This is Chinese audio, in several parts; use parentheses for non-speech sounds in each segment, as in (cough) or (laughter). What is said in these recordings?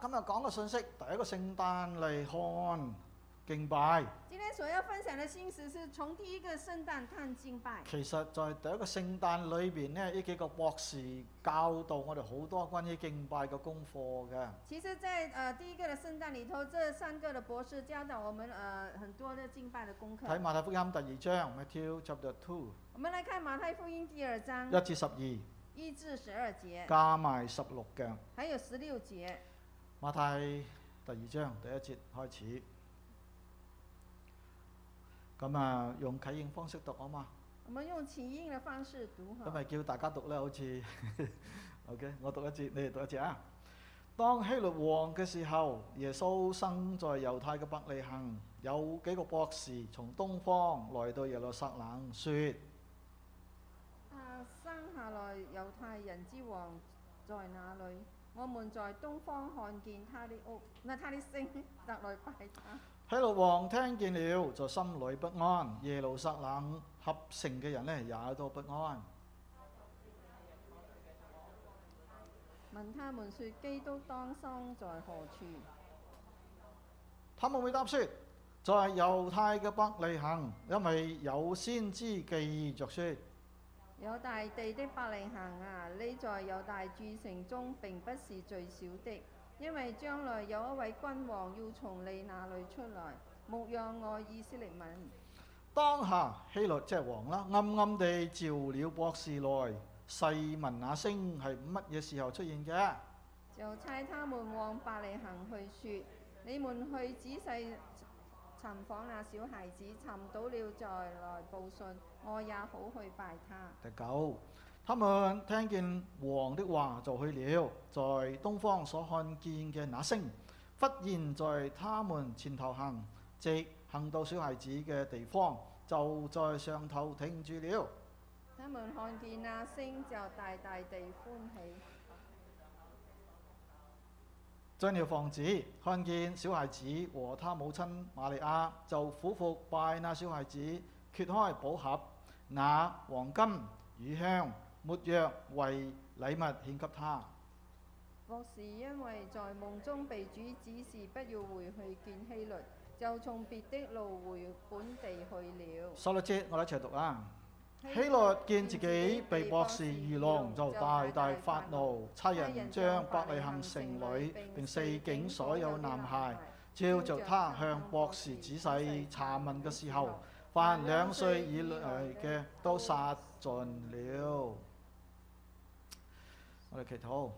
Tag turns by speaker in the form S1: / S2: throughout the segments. S1: 今日講嘅信息，第一個聖誕嚟看敬拜，
S2: 今天所要分享的心思是从第一个圣诞看敬拜。
S1: 其實就係第一個聖誕裏邊咧，呢幾個博士教導我哋好多關於敬拜嘅功課嘅。
S2: 其实在，呃第一个的圣诞里头，这三个的博士教导我们呃很多的敬拜的功
S1: 睇
S2: 课。
S1: 馬太福音第二章 Matthew chapter two
S2: 我们来看马太福音第二章
S1: 一至十二，
S2: 一至十二节，
S1: 加埋十六嘅。
S2: 还有十六节。
S1: 馬太第二章第一節開始，咁啊用啟應方式讀啊嘛，
S2: 我们用起印的方式读
S1: 因
S2: 哈。
S1: 為叫大家讀咧，好似 (laughs) OK，我讀一節，你哋讀一節啊。當希律王嘅時候，耶穌生在猶太嘅伯利恒，有幾個博士從東方來到耶路撒冷，說：
S2: 他啊生下來猶太人之王在哪裏？我們在東方看見他的屋，那他的星特來拜他。
S1: 希律王聽見了，就心裏不安；耶路撒冷合城嘅人呢，也都不安。
S2: 問他們說：基督當生在何處？
S1: 他們回答說：在猶太嘅伯利恒，因為有先知記着說，
S2: 有大地的伯利恆啊，你在有大住城中並不是最小的，因為將來有一位君王要從你那裏出來，牧養我以色列民。
S1: 當下希律即係王啦，暗暗地召了博士來，細問那星係乜嘢時候出現嘅。
S2: 就差他們往伯利恆去説：你們去仔細尋訪那小孩子，尋到了再來報信，我也好去拜他。
S1: 第九，他們聽見王的話就去了，在東方所看見嘅那星，忽然在他們前頭行，直行到小孩子嘅地方，就在上頭停住了。
S2: 他們看見那星就大大地歡喜，
S1: 進了房子，看見小孩子和他母親瑪利亞，就俯伏拜那小孩子，揭開寶盒，那黃金、乳香、沒藥為禮物獻給他。
S2: 博士因為在夢中被主指示不要回去見希律，就從別的路回本地去了。
S1: 十六節，我哋一齊讀啊！
S2: 嗯
S1: 希律見自己被博士愚弄，就大大發怒，差人將伯利恒城裏並四境所有男孩，照着他向博士仔細查問嘅時候，凡兩歲以內嘅都殺盡了。我哋祈禱，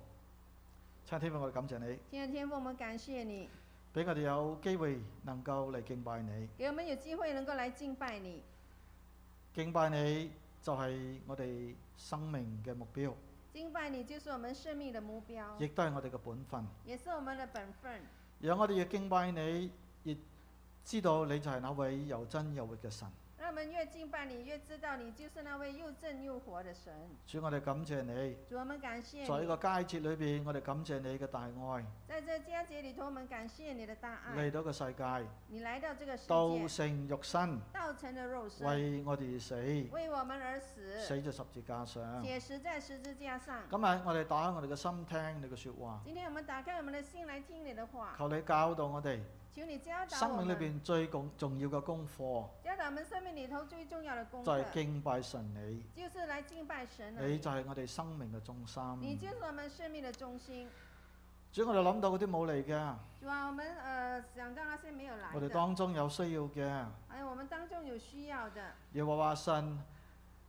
S1: 親天父，我哋感謝你，
S2: 亲爱的天父，我们感謝你，
S1: 俾我哋有機會能夠嚟敬拜你。
S2: 给我们有機會能夠來敬拜你。
S1: 敬拜你就係我哋生命嘅目標，
S2: 敬拜你就是我們生命的目標，
S1: 亦都係我哋嘅本分。
S2: 也是我們的本分。
S1: 讓我哋越敬拜你，越知道你就係那位又真又活嘅神。
S2: 让我們越敬拜你，越知道你就是那位又正又活的神。
S1: 主，我哋感謝你，
S2: 主，我們感謝
S1: 在呢
S2: 你，
S1: 個佳節裏邊，我哋感謝你嘅大愛。
S2: 在這佳節裡頭，我們感謝你的大愛
S1: 嚟。到個世界，
S2: 你來到這個世
S1: 道
S2: 界，
S1: 成肉身，
S2: 道成了肉身，
S1: 為我哋而死，
S2: 為我們而死
S1: 死，咗十字架上。今
S2: 且死在十字架上。
S1: 日我哋打開我哋嘅心，聽你嘅説話，
S2: 今天我們打開我們的心來聽你的話，
S1: 求你教導我哋
S2: 求你教導
S1: 生
S2: 我
S1: 命裏邊
S2: 們，
S1: 最重重要嘅功課，
S2: 教導我們生命裡頭最重要的功
S1: 就係
S2: 課，
S1: 敬拜神你。
S2: 就是來敬拜神而
S1: 你
S2: 已
S1: 就係我哋生命嘅中
S2: 你
S1: 心。
S2: 就是我們生命的中心。
S1: 主，我哋諗到嗰啲冇嚟嘅，
S2: 主啊，我們呃想到那些沒有來
S1: 我哋
S2: 的，
S1: 當中有需要嘅。
S2: 還有我們當中有需要的。
S1: 耶和華神，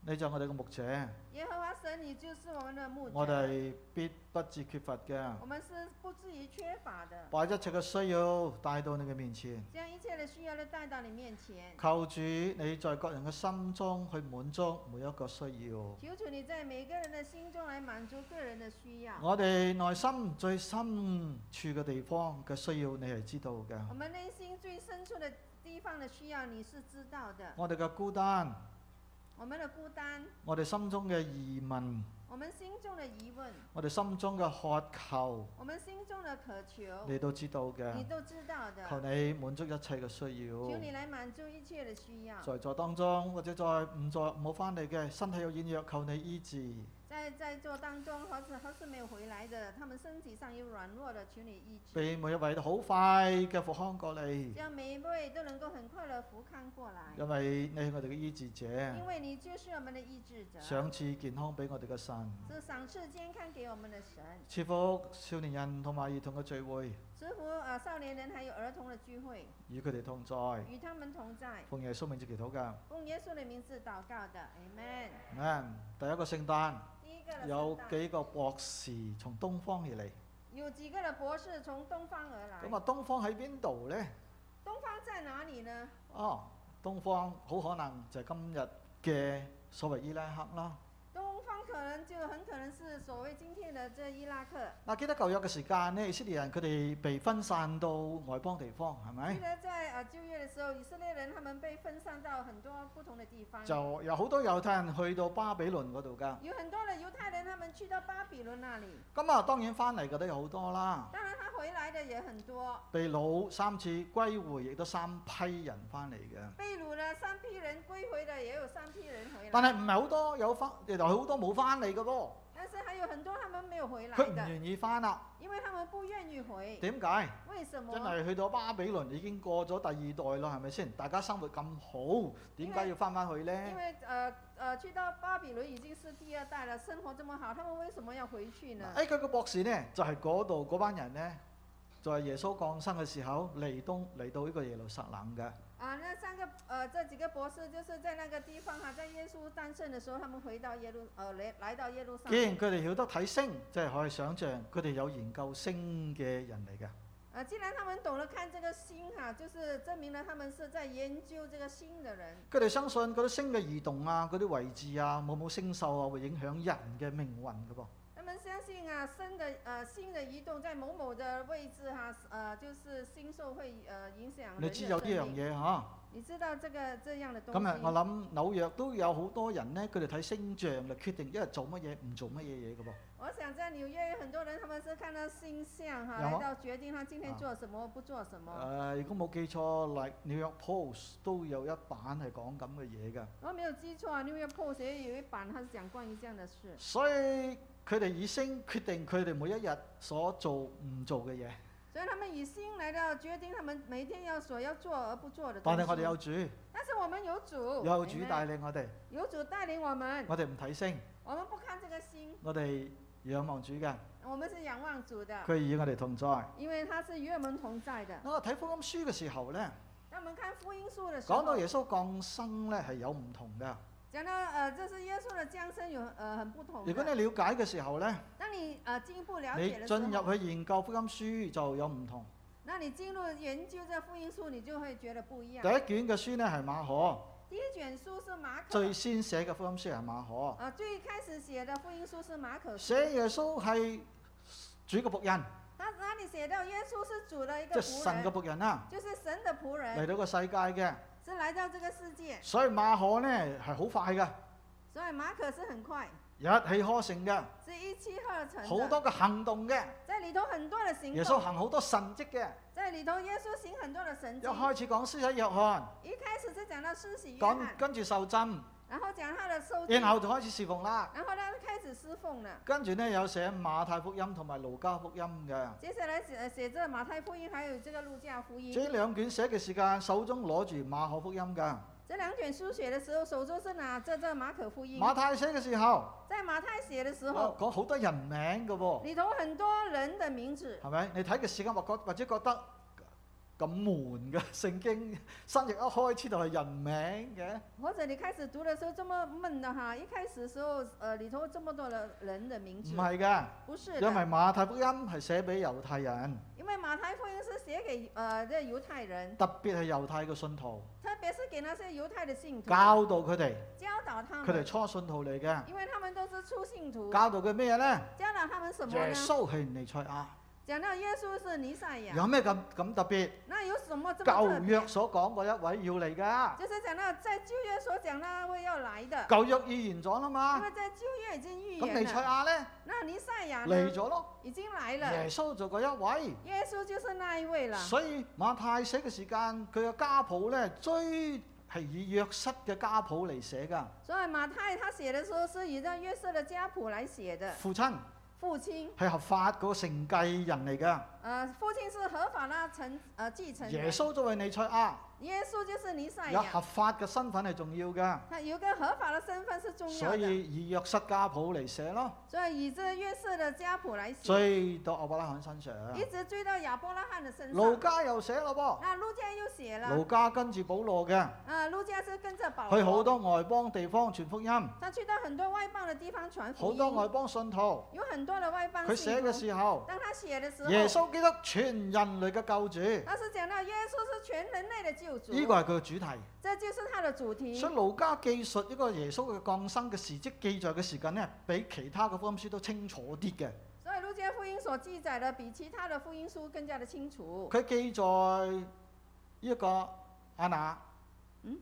S1: 你就係我哋嘅牧者，
S2: 耶和華神，你就是我們的牧
S1: 我
S2: 者，
S1: 哋必不致缺乏嘅。
S2: 我們是不至於缺乏的。
S1: 把一切嘅需要帶到你嘅面前，
S2: 將一切的需要都帶到你面前，
S1: 求主你在各人嘅心中去滿足每一個需要。
S2: 求主你在每個人的心中來滿足個人的需要。
S1: 我哋內心最深處嘅地方嘅需要，你係知道嘅。
S2: 我們內心最深處的地方的需要，你是知道的。
S1: 我哋嘅孤單，
S2: 我們的孤單，
S1: 我哋心中嘅疑問，
S2: 我們心中的疑問，
S1: 我哋心中嘅渴求，
S2: 我們心中的渴求，
S1: 你都知道
S2: 你
S1: 嘅。
S2: 都知道的。
S1: 求你滿足一切嘅需
S2: 求你
S1: 要。
S2: 來滿足一切的需要。
S1: 在座當中或者在唔在冇翻嚟嘅身體有軟弱，求你醫治。
S2: 在在座当中，何止何是没有回来的，他们身体上有软弱的，求你医治，
S1: 俾每一位都好快嘅復康過嚟，
S2: 让每一位都能够很快的扶康过来，
S1: 因為你係我哋嘅醫治者，
S2: 因为你就是我们的医治者，
S1: 賞賜健康俾我哋嘅神，
S2: 是赏赐健康给我们的神，
S1: 賜福少年人同埋兒童嘅聚會，
S2: 祝福啊少年人还有儿童的聚会，
S1: 與佢哋同在。
S2: 与他们同在。
S1: 奉耶穌名字祈禱㗎。
S2: 奉耶穌的名字祷告的，Amen。
S1: Amen。第一個聖誕
S2: 第一个的
S1: 有
S2: 聖誕
S1: 幾個博士從東方而嚟，
S2: 有几个的博士从東方而来，
S1: 咁啊東方喺邊度呢？
S2: 東方在哪里呢？
S1: 哦，東方好可能就係今日嘅所謂伊拉克啦。
S2: 東方可能就很可能是所謂今天的这伊拉克。
S1: 嗱，記得舊約嘅時間呢，以色列人佢哋被分散到外邦地方，係
S2: 記
S1: 咪？
S2: 得在啊就业的時候，以色列人他們被分散到很多不同的地方，
S1: 就有好多猶太人去到巴比倫嗰度㗎。
S2: 有很多的猶太人他們去到巴比倫那里，
S1: 咁啊，當然翻嚟嘅都有好多啦。
S2: 當然他回來的也很多。
S1: 被擄三次，歸回亦都三批人翻嚟嘅。
S2: 被掳呢三批人歸回的也有三批人回
S1: 但
S2: 來，
S1: 係唔係好多有翻，有好多冇翻嚟嘅噃。
S2: 但是還有很多他們沒有回來
S1: 佢唔
S2: 的，
S1: 願意翻啦。
S2: 因為他們不願意回。
S1: 點解？
S2: 為什
S1: 真
S2: 麼？
S1: 係去到巴比倫已經過咗第二代啦，係咪先？大家生活咁好，點解要翻翻去
S2: 因
S1: 呢？
S2: 為呃呃，去到巴比倫已經是第二代了，生活這麼好，他們為什麼要回去呢？
S1: 誒，佢個博士呢，就係嗰度嗰班人呢，就係耶穌降生嘅時候嚟東嚟到呢個耶路撒冷嘅。
S2: 啊，那三个呃，这几个博士就是在那個地方哈、在耶穌誕生的時候，他們回到耶路呃來來到耶路撒
S1: 既然
S2: 冷。
S1: 佢哋曉得睇星，即係可以想象佢哋有研究星嘅人嚟嘅。
S2: 啊，既然他們懂得看這個星哈、就是證明了他們是在研究這個星的人。
S1: 佢哋相信嗰啲星嘅移動啊、嗰啲位置啊、冇冇星宿啊，會影響人嘅命運嘅噃。
S2: 他們相信啊，生的呃星的移動在某某的位置哈、呃，就是星宿會呃影響人
S1: 你
S2: 的
S1: 知有呢樣
S2: 生命
S1: 嘢嚇？
S2: 你知道這個這樣的東西。
S1: 咁啊，我諗紐約都有好多人咧，佢哋睇星象嚟決定一日做乜嘢，唔做乜嘢嘢嘅噃。
S2: 我想在纽约有很多人，他们是看到星象哈，
S1: 有
S2: 来
S1: 吗
S2: 到决定他今天
S1: 啊
S2: 做什么，不做什
S1: 誒、
S2: 么。
S1: 如果冇記錯，《like New York Post》都有一版係講咁嘅嘢嘅，
S2: 我没有记错啊，《纽约 Post》也有一版，他是讲关于这样的事。
S1: 所以佢哋以星決定佢哋每一日所做唔做嘅嘢。
S2: 所以他们以星来到决定他们每天要所要做而不做的东
S1: 但
S2: 西。
S1: 係我哋有主，
S2: 但是我们有主，
S1: 有主
S2: Amen
S1: 帶領我哋，
S2: 有主带领我们，
S1: 我哋唔睇星，
S2: 我们不看这个星，
S1: 我哋仰望主嘅，
S2: 我们是仰望主的，
S1: 佢與我哋同在。
S2: 因为他是与我们同在的。
S1: 我睇福音書嘅時候咧，
S2: 当我们看福音书的时
S1: 講到
S2: 候，
S1: 耶穌降生咧係有唔同嘅。
S2: 讲到呃，这是耶稣的降生有呃很不同
S1: 如果你
S2: 的。
S1: 了解嘅時候咧，
S2: 当你呃进一步了解
S1: 你
S2: 的时
S1: 進
S2: 候。
S1: 入去研究福音書就有唔同。
S2: 那你进入研究这福音书，你就会觉得不一
S1: 第一
S2: 样。
S1: 卷嘅書呢係
S2: (laughs)
S1: 馬可，
S2: 第一卷书是马可，
S1: 最先寫嘅福音書係馬可，
S2: 啊，最开始寫的福音书是马可書，
S1: 寫耶穌係主嘅僕人，
S2: 他那里寫到耶穌是主的一
S1: 即
S2: 个
S1: 係
S2: 仆
S1: 神嘅
S2: 人，
S1: 僕人啦，
S2: 就是神的仆
S1: 嚟
S2: 人，
S1: 到個世界嘅。
S2: 是来到這個世界，
S1: 所以馬可呢係好快嘅，
S2: 所以马可是很快，
S1: 一氣呵成嘅，
S2: 是一气呵成
S1: 好
S2: 的，
S1: 多嘅行動嘅。
S2: 在里头很多的行
S1: 耶穌
S2: 動，
S1: 行好多神蹟嘅，
S2: 在里頭耶穌行很多的神
S1: 一
S2: 蹟。
S1: 開始講施洗約翰，
S2: 一開始是講到施洗约
S1: 講
S2: 翰，
S1: 跟住受浸，
S2: 然後講他的收
S1: 然
S2: 然
S1: 後就開始侍奉啦。
S2: 然後呢開始侍奉了。
S1: 跟住呢有寫馬太福音同埋路加福音嘅。
S2: 接下來寫寫這馬太福音，還有這個路加福音。
S1: 呢兩卷寫嘅時間，手中攞住馬可福音㗎。
S2: 这两卷书写的時候，手中是拿着这马可福音。
S1: 馬太寫嘅時候。
S2: 在馬太寫的時
S1: 哦
S2: 候，
S1: 講好多人名嘅喎，
S2: 里頭很多人的名字。
S1: 係咪？你睇嘅時間或覺或者覺得咁悶嘅 (laughs) 聖經新譯一開始就係人名嘅，
S2: 或者你開始讀的時候這麼悶的哈，一開始的時候，呃，里頭這麼多的人的名
S1: 唔
S2: 字，
S1: 係嘅，
S2: 不是
S1: 因為
S2: 的，
S1: 馬太福音係寫俾猶太人，
S2: 因為馬太福音是寫給呃這猶太人，
S1: 特別係猶太嘅信徒，
S2: 特別是給那些猶太的信徒
S1: 教導佢哋，
S2: 教導他
S1: 佢哋
S2: 們，
S1: 初信徒嚟嘅，
S2: 因為他們都是初信徒，
S1: 教導佢咩咧？
S2: 教導他們什麼
S1: 耶
S2: 呢？
S1: 穌係尼賽亞，
S2: 講到耶穌是尼賽亞，
S1: 有咩咁咁特別？
S2: 那有什麼這麼特
S1: 舊
S2: 別？
S1: 約所講嗰一位要嚟㗎，
S2: 就是講到在舊約所講那位要來的。
S1: 舊約預言咗啦
S2: 因
S1: 嘛，
S2: 为在旧约已经预
S1: 咁尼
S2: 言
S1: 賽
S2: 了，
S1: 亞咧
S2: 那尼赛亚
S1: 嚟
S2: 呢
S1: 咗咯，
S2: 已经来
S1: 耶
S2: 了，
S1: 穌就嗰一位。
S2: 耶穌就是那一位了。
S1: 所以馬太寫嘅時間，佢嘅家譜咧追係以約瑟嘅家譜嚟寫㗎。
S2: 所以马太他写的时候是以这约瑟的家谱来写的，
S1: 父親
S2: 父亲，
S1: 係合法嗰個承繼人嚟㗎。
S2: 呃，父亲是合法的承呃继承人
S1: 耶，穌作為尼賽亞，
S2: 耶稣就是弥赛
S1: 有合
S2: 亚，
S1: 法嘅身份係重要㗎，
S2: 他有个合法的身份是重要
S1: 所
S2: 的，所以
S1: 以以約瑟家譜嚟寫咯，
S2: 以这约瑟的家谱来写，
S1: 追到亞伯拉罕身上。
S2: 一直追到亚伯拉罕的身
S1: 路
S2: 上。
S1: 加又寫咯
S2: 那路加又写
S1: 噃，路
S2: 了，
S1: 加跟住保羅嘅，
S2: 啊，路加是跟着保
S1: 去好
S2: 罗，
S1: 多外邦地方傳福音，
S2: 他去到很多外邦的地方传福
S1: 好多外
S2: 音，
S1: 邦信徒。
S2: 有很多的外邦
S1: 佢寫
S2: 信
S1: 嘅
S2: 徒。
S1: 時候，
S2: 当他写的时候，
S1: 耶穌基督全人類嘅救主，呢
S2: 他是讲到耶稣是全人类的救主，
S1: 個係佢嘅主題。
S2: 这就是他的主题。
S1: 所以路加記述呢個耶穌嘅降生嘅事蹟記載嘅時間呢，比其他嘅福音書都清楚啲嘅。
S2: 所以路加福音所记载的比其他的福音书更加的清楚。
S1: 佢記載呢一個阿那，
S2: 嗯，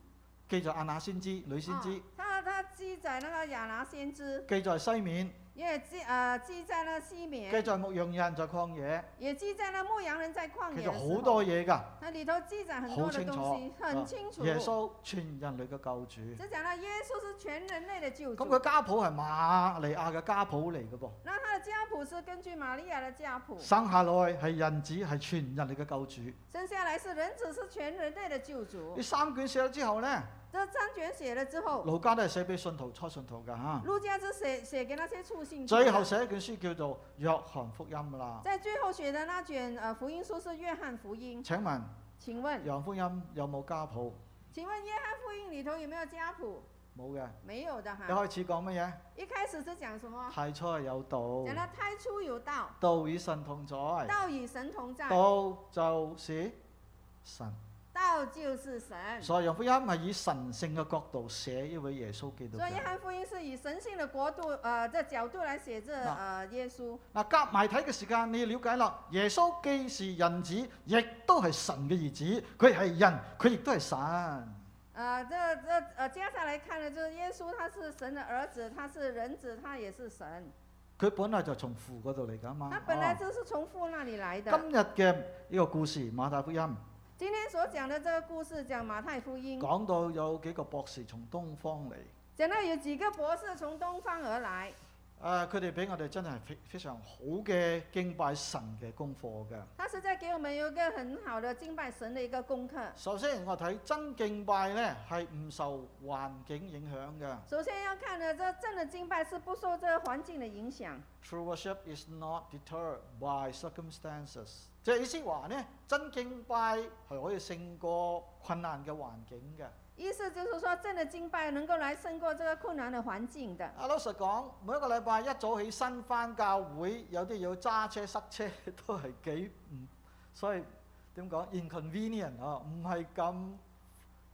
S1: 記載阿那先知女先知，
S2: 啊他他记载那个亚拿先知，
S1: 記載西面，
S2: 也记呃记载了西
S1: 記
S2: 缅，
S1: 載牧羊人在曠野，
S2: 也记载了牧羊人在旷
S1: 記
S2: 野的
S1: 載
S2: 时
S1: 好
S2: 候。
S1: 多嘢㗎。
S2: 那里头记载很多的东西，
S1: 好
S2: 很
S1: 清
S2: 清
S1: 楚，
S2: 楚。
S1: 耶穌全人類嘅救主。
S2: 只讲到耶稣是全人类的救
S1: 咁佢
S2: 主。
S1: 家譜係瑪利亞嘅家譜嚟嘅噃。
S2: 那他的家谱是根据玛利亚的家谱，
S1: 生下來係人子，係全人類嘅救主。
S2: 生下来是人子，是全人类的救主
S1: 呢。三卷寫咗之後呢，
S2: 这三卷写了之后，
S1: 路加都係寫俾信徒、初信徒㗎嚇。
S2: 路加是写写给那些促信徒的
S1: 啊最後寫一卷書叫做《約翰福音》㗎啦。
S2: 在最后写的那卷呃福音书是约翰福音，
S1: 請問
S2: 请问，
S1: 約翰福音有冇家譜？
S2: 请问约翰福音里头有没有家谱？
S1: 冇嘅。
S2: 没有的
S1: 一
S2: 哈。
S1: 開始講乜嘢？
S2: 一开始是讲什么？
S1: 太初係有
S2: 讲
S1: 道，
S2: 到太初啊有道，
S1: 道與神同在，
S2: 道与神同在，
S1: 道就是神。
S2: 道就是神。
S1: 所以約翰福音係以神性嘅角度寫呢位耶穌基督
S2: 所以约
S1: 嘅。
S2: 翰福音是以神性的国度呃的角度来写这
S1: 那
S2: 呃耶稣。
S1: 嗱，夾埋睇嘅時間，你要了解啦。耶穌既是人子，亦都係神嘅兒子。佢係人，佢亦都係神。
S2: 呃，这这呃，加上来看呢，就是耶稣他是神的儿子，他是人子，他也是神。
S1: 佢本來就從父嗰度嚟㗎嘛。
S2: 他本来
S1: 哦
S2: 就是從父那里来的。
S1: 今日嘅呢個故事《馬太福音》
S2: 今天所講的這個故事講馬太福音，
S1: 講到有幾個博士從東方嚟，
S2: 講到有幾個博士從東方而來，
S1: 誒佢哋俾我哋真係非非常好嘅敬拜神嘅功課嘅。
S2: 他是在給我們有一個很好的敬拜神的一個功課。
S1: 首先我睇真敬拜呢係唔受環境影響嘅。
S2: 首先要看呢，這正的敬拜是不受這個環境的影響。
S1: True worship is not deterred by circumstances。即係意思話呢，真敬拜係可以勝過困難嘅環境嘅。
S2: 意思就是說，正的敬拜能夠來勝過這個困難的環境的。
S1: 啊，老實講，每一個禮拜一早起身翻教會，有啲要揸車塞車，都係幾唔，所以點講 inconvenient 啊，唔係咁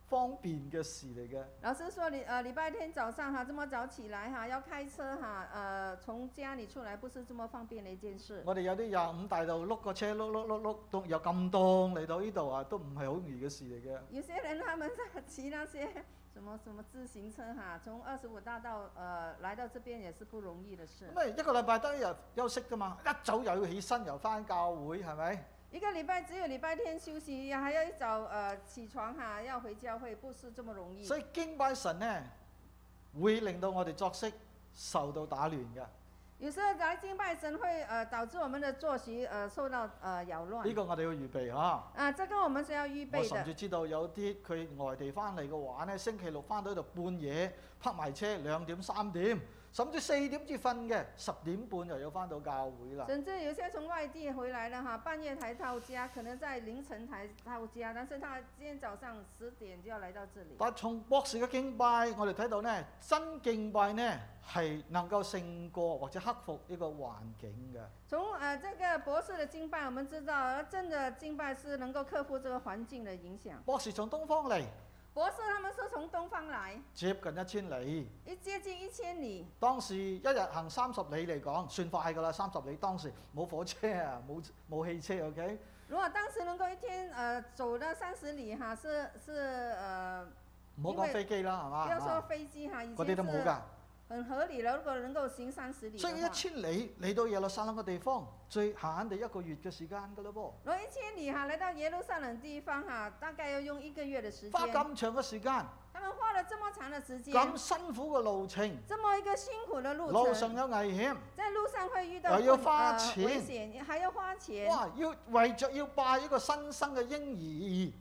S1: 方便嘅事嚟嘅。
S2: 老师說，禮呃禮拜天早上哈、這麼早起來哈、要開車哈、呃從家裡出來不是這麼方便的一件事。
S1: 我哋有啲廿五大道碌個車碌碌碌碌，到又咁凍嚟到呢度啊，都唔係好容易嘅事嚟嘅。
S2: 有些人他们在骑那些什么什么自行车哈，从二十五大道呃来到这边也是不容易的事。
S1: 咁啊，一個禮拜得一日休息㗎嘛，一早又要起身又翻教會，係咪？
S2: 一个礼拜只有礼拜天休息，还要一早呃起床哈，要回教会，不是这么容易。
S1: 所以敬拜神呢，會令到我哋作息受到打亂嘅。
S2: 有时候来敬拜神会呃导致我们的作息呃受到呃扰乱。
S1: 呢、個我哋要預備啊。
S2: 啊，这个我们是要预
S1: 我
S2: 备
S1: 甚
S2: 的。
S1: 至知道有啲佢外地翻嚟嘅話咧，星期六翻到呢度半夜，泊埋車兩點三點，甚至四點至瞓嘅，十點半又要翻到教會啦。
S2: 甚至有些从外地回来的哈，半夜才到家，可能在凌晨才到家，但是他今天早上十点就要来到这里。
S1: 但係從博士嘅敬拜，我哋睇到呢，真敬拜呢係能夠勝過或者克服呢個環境嘅。
S2: 从呃这个博士的敬拜，我们知道，呃真的敬拜是能够克服这个环境的影响。
S1: 博士從東方嚟，
S2: 博士他们是从东方来，
S1: 接近一千里。
S2: 一接近一千里，
S1: 當時一日行三十里嚟講，算快㗎啦。三十里當時冇火車啊， (laughs) 冇冇汽車，OK。
S2: 如果当时能够一天呃走到三十里哈，是是呃
S1: 唔好
S2: 因為
S1: 講飛機啦，係
S2: 不
S1: 嘛
S2: 要
S1: 係
S2: 说
S1: 嘛？
S2: 飞机哈，以
S1: 嗰啲
S2: 前
S1: 啊都冇
S2: 是
S1: 㗎。
S2: 很合理能够能够行三十里的
S1: 所以一
S2: 话，
S1: 千里嚟到耶路撒冷嘅地方，最閒地一個月嘅時間㗎嘞噃，
S2: 然后一千里哈、来到耶路撒冷地方哈、大概要用一个月的时
S1: 花
S2: 间。
S1: 咁長嘅時間，
S2: 他们花了这么长的时间，
S1: 咁辛苦嘅路程，
S2: 这么一个辛苦的路
S1: 路上
S2: 程，
S1: 有危險，
S2: 在路上会遇到
S1: 又要
S2: 困
S1: 花
S2: 呃
S1: 钱
S2: 危险，还要花钱。
S1: 哇！要為着要拜一個新生嘅嬰兒，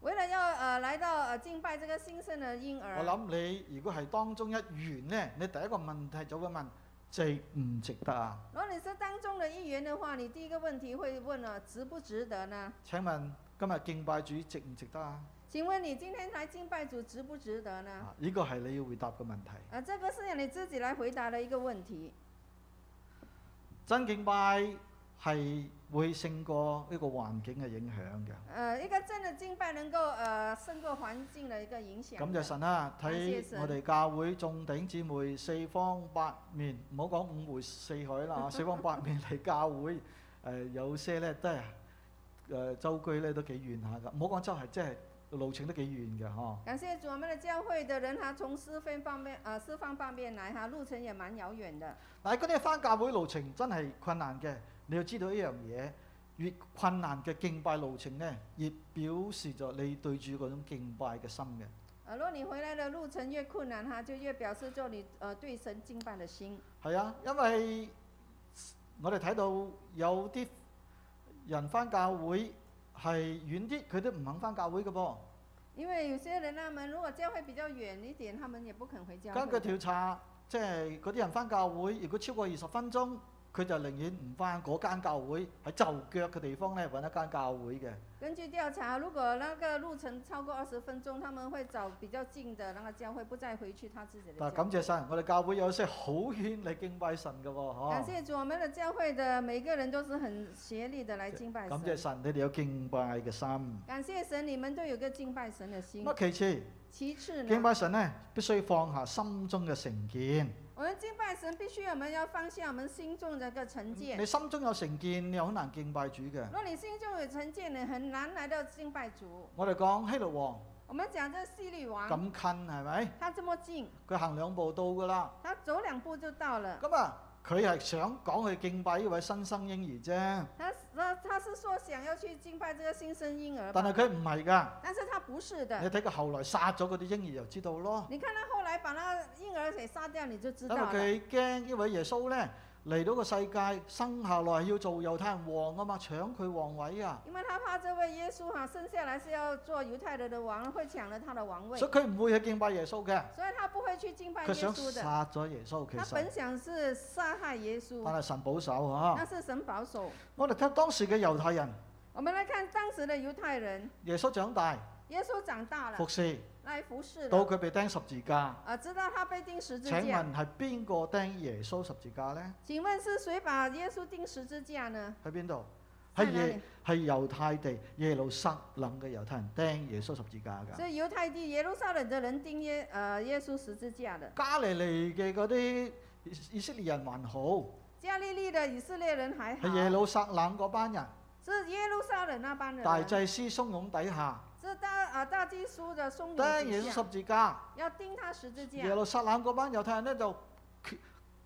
S2: 为了要呃来到呃敬拜这个新生的婴
S1: 我
S2: 儿，
S1: 諗你如果係當中一員呢，你第一個問題就會問：值唔值得啊？
S2: 如果你是当中的一员的话，你第一个问题会问了、值不值得呢？
S1: 請問今日敬拜主值唔值得啊？
S2: 请问你今天来敬拜主值不值得呢？
S1: 啊呢個係你要回答嘅問題。
S2: 啊，这个是你自己来回答的一个问题。
S1: 真敬拜係會勝過呢個環境嘅影響嘅。
S2: 呃，一个真的敬拜能够呃胜过环境的一个影响的。
S1: 感謝神啦！
S2: 感
S1: 睇
S2: 謝神
S1: 我哋教會眾頂姊妹四方八面，唔好講五湖四海啦，四方八面嚟教會。誒、有些咧都係誒周居咧都幾遠下㗎，唔好講周係，即係路程都幾遠嘅呵。
S2: 感谢主，我们的教会的人哈，从四分方面呃四方八面来哈，路程也蛮遥远的。
S1: 但係嗰啲翻教會路程真係困難嘅，你要知道一樣嘢，越困難嘅敬拜路程咧，越表示咗你對住嗰種敬拜嘅心嘅。
S2: 呃，若你回来的路程越困难哈，就越表示就你呃对神敬拜的心。
S1: 係啊，因為我哋睇到有啲人翻教會係遠啲，佢都唔肯翻教會嘅噃。
S2: 因为有些人他们如果教会比较远一点，他们也不肯回教
S1: 根據
S2: 会。
S1: 調查，即係嗰啲人翻教會，如果超過二十分鐘，佢就寧願唔翻嗰間教會，喺就腳嘅地方咧揾一間教會嘅。
S2: 根据调查，如果那个路程超过二十分钟，他们会找比较近的那个教会，不再回去他自己的
S1: 但係
S2: 教
S1: 感
S2: 会。
S1: 謝神，我哋教會有些好圈嚟敬拜神嘅
S2: 感
S1: 喎，
S2: 谢主，我们的教会的每个人都是很协力的来敬拜
S1: 嗬。感謝
S2: 神。
S1: 神，你哋有敬拜嘅心。
S2: 感谢神，你们都有个敬拜神的心
S1: 咁。啊，其次
S2: 其次呢
S1: 敬，拜神咧，必須放下心中嘅成見。
S2: 我们敬拜神必须我们要放下我们心中的一个成见。
S1: 你心中有成見，你好難敬拜主嘅。
S2: 若你心中有成见，你很难来到敬拜主。
S1: 我哋講希律王
S2: 我们讲这西律
S1: 咁
S2: 王，
S1: 近係咪？
S2: 他这么近，
S1: 佢行兩步到㗎啦。
S2: 他走两步就到了。
S1: 咁啊，佢係想講去敬拜呢位新生嬰兒啫，
S2: 他他他是说想要去敬拜这个新生婴儿吧，
S1: 但係佢唔係㗎。
S2: 但是他不是
S1: 你
S2: 的。
S1: 睇佢後來殺咗嗰啲嬰兒就知道咯，
S2: 你看他後來把那婴儿给杀掉，你就知
S1: 因
S2: 道
S1: 為
S2: 了。
S1: 佢驚呢位耶穌咧嚟到個世界生下來係要做猶太人王啊嘛，搶佢王位啊，
S2: 因为他怕这位耶稣哈、生下来是要做猶太人的王，会抢了他的王位，
S1: 所以佢唔會去敬拜耶穌嘅，
S2: 所以他不会去敬拜
S1: 佢
S2: 耶
S1: 想
S2: 穌的。
S1: 殺咗耶穌其
S2: 他
S1: 實，
S2: 本想是杀害耶
S1: 但
S2: 穌，
S1: 係神保守啊。
S2: 但是神保守。
S1: 我哋睇當時嘅猶太人，
S2: 我们来看当时的猶太人，
S1: 耶穌長大
S2: 耶穌長大了
S1: 服，侍。
S2: 来服侍
S1: 到
S2: 了，
S1: 佢被釘十字架。
S2: 啊，直到他被釘十字
S1: 請
S2: 架。
S1: 問係邊個釘耶穌十字架呢？
S2: 請問是誰把耶穌釘十字架呢？
S1: 喺邊度？
S2: 在
S1: 係
S2: 哪
S1: 耶
S2: 里？
S1: 係猶太地耶路撒冷嘅猶太人釘耶穌十字架㗎。
S2: 所以猶太地耶路撒冷的人釘耶呃耶穌十字架的。
S1: 加利利嘅嗰啲以以色列人還好，
S2: 加利利的以色列人還好
S1: 係，哎耶路撒冷嗰班人，
S2: 是耶路撒冷那班人，啊
S1: 大祭司慫恿底下
S2: 是大啊大祭司的松
S1: 釘
S2: 茸
S1: 耶
S2: 之
S1: 穌十
S2: 下，
S1: 字架。
S2: 要釘他十字架。
S1: 耶路撒冷嗰班猶太人呢，就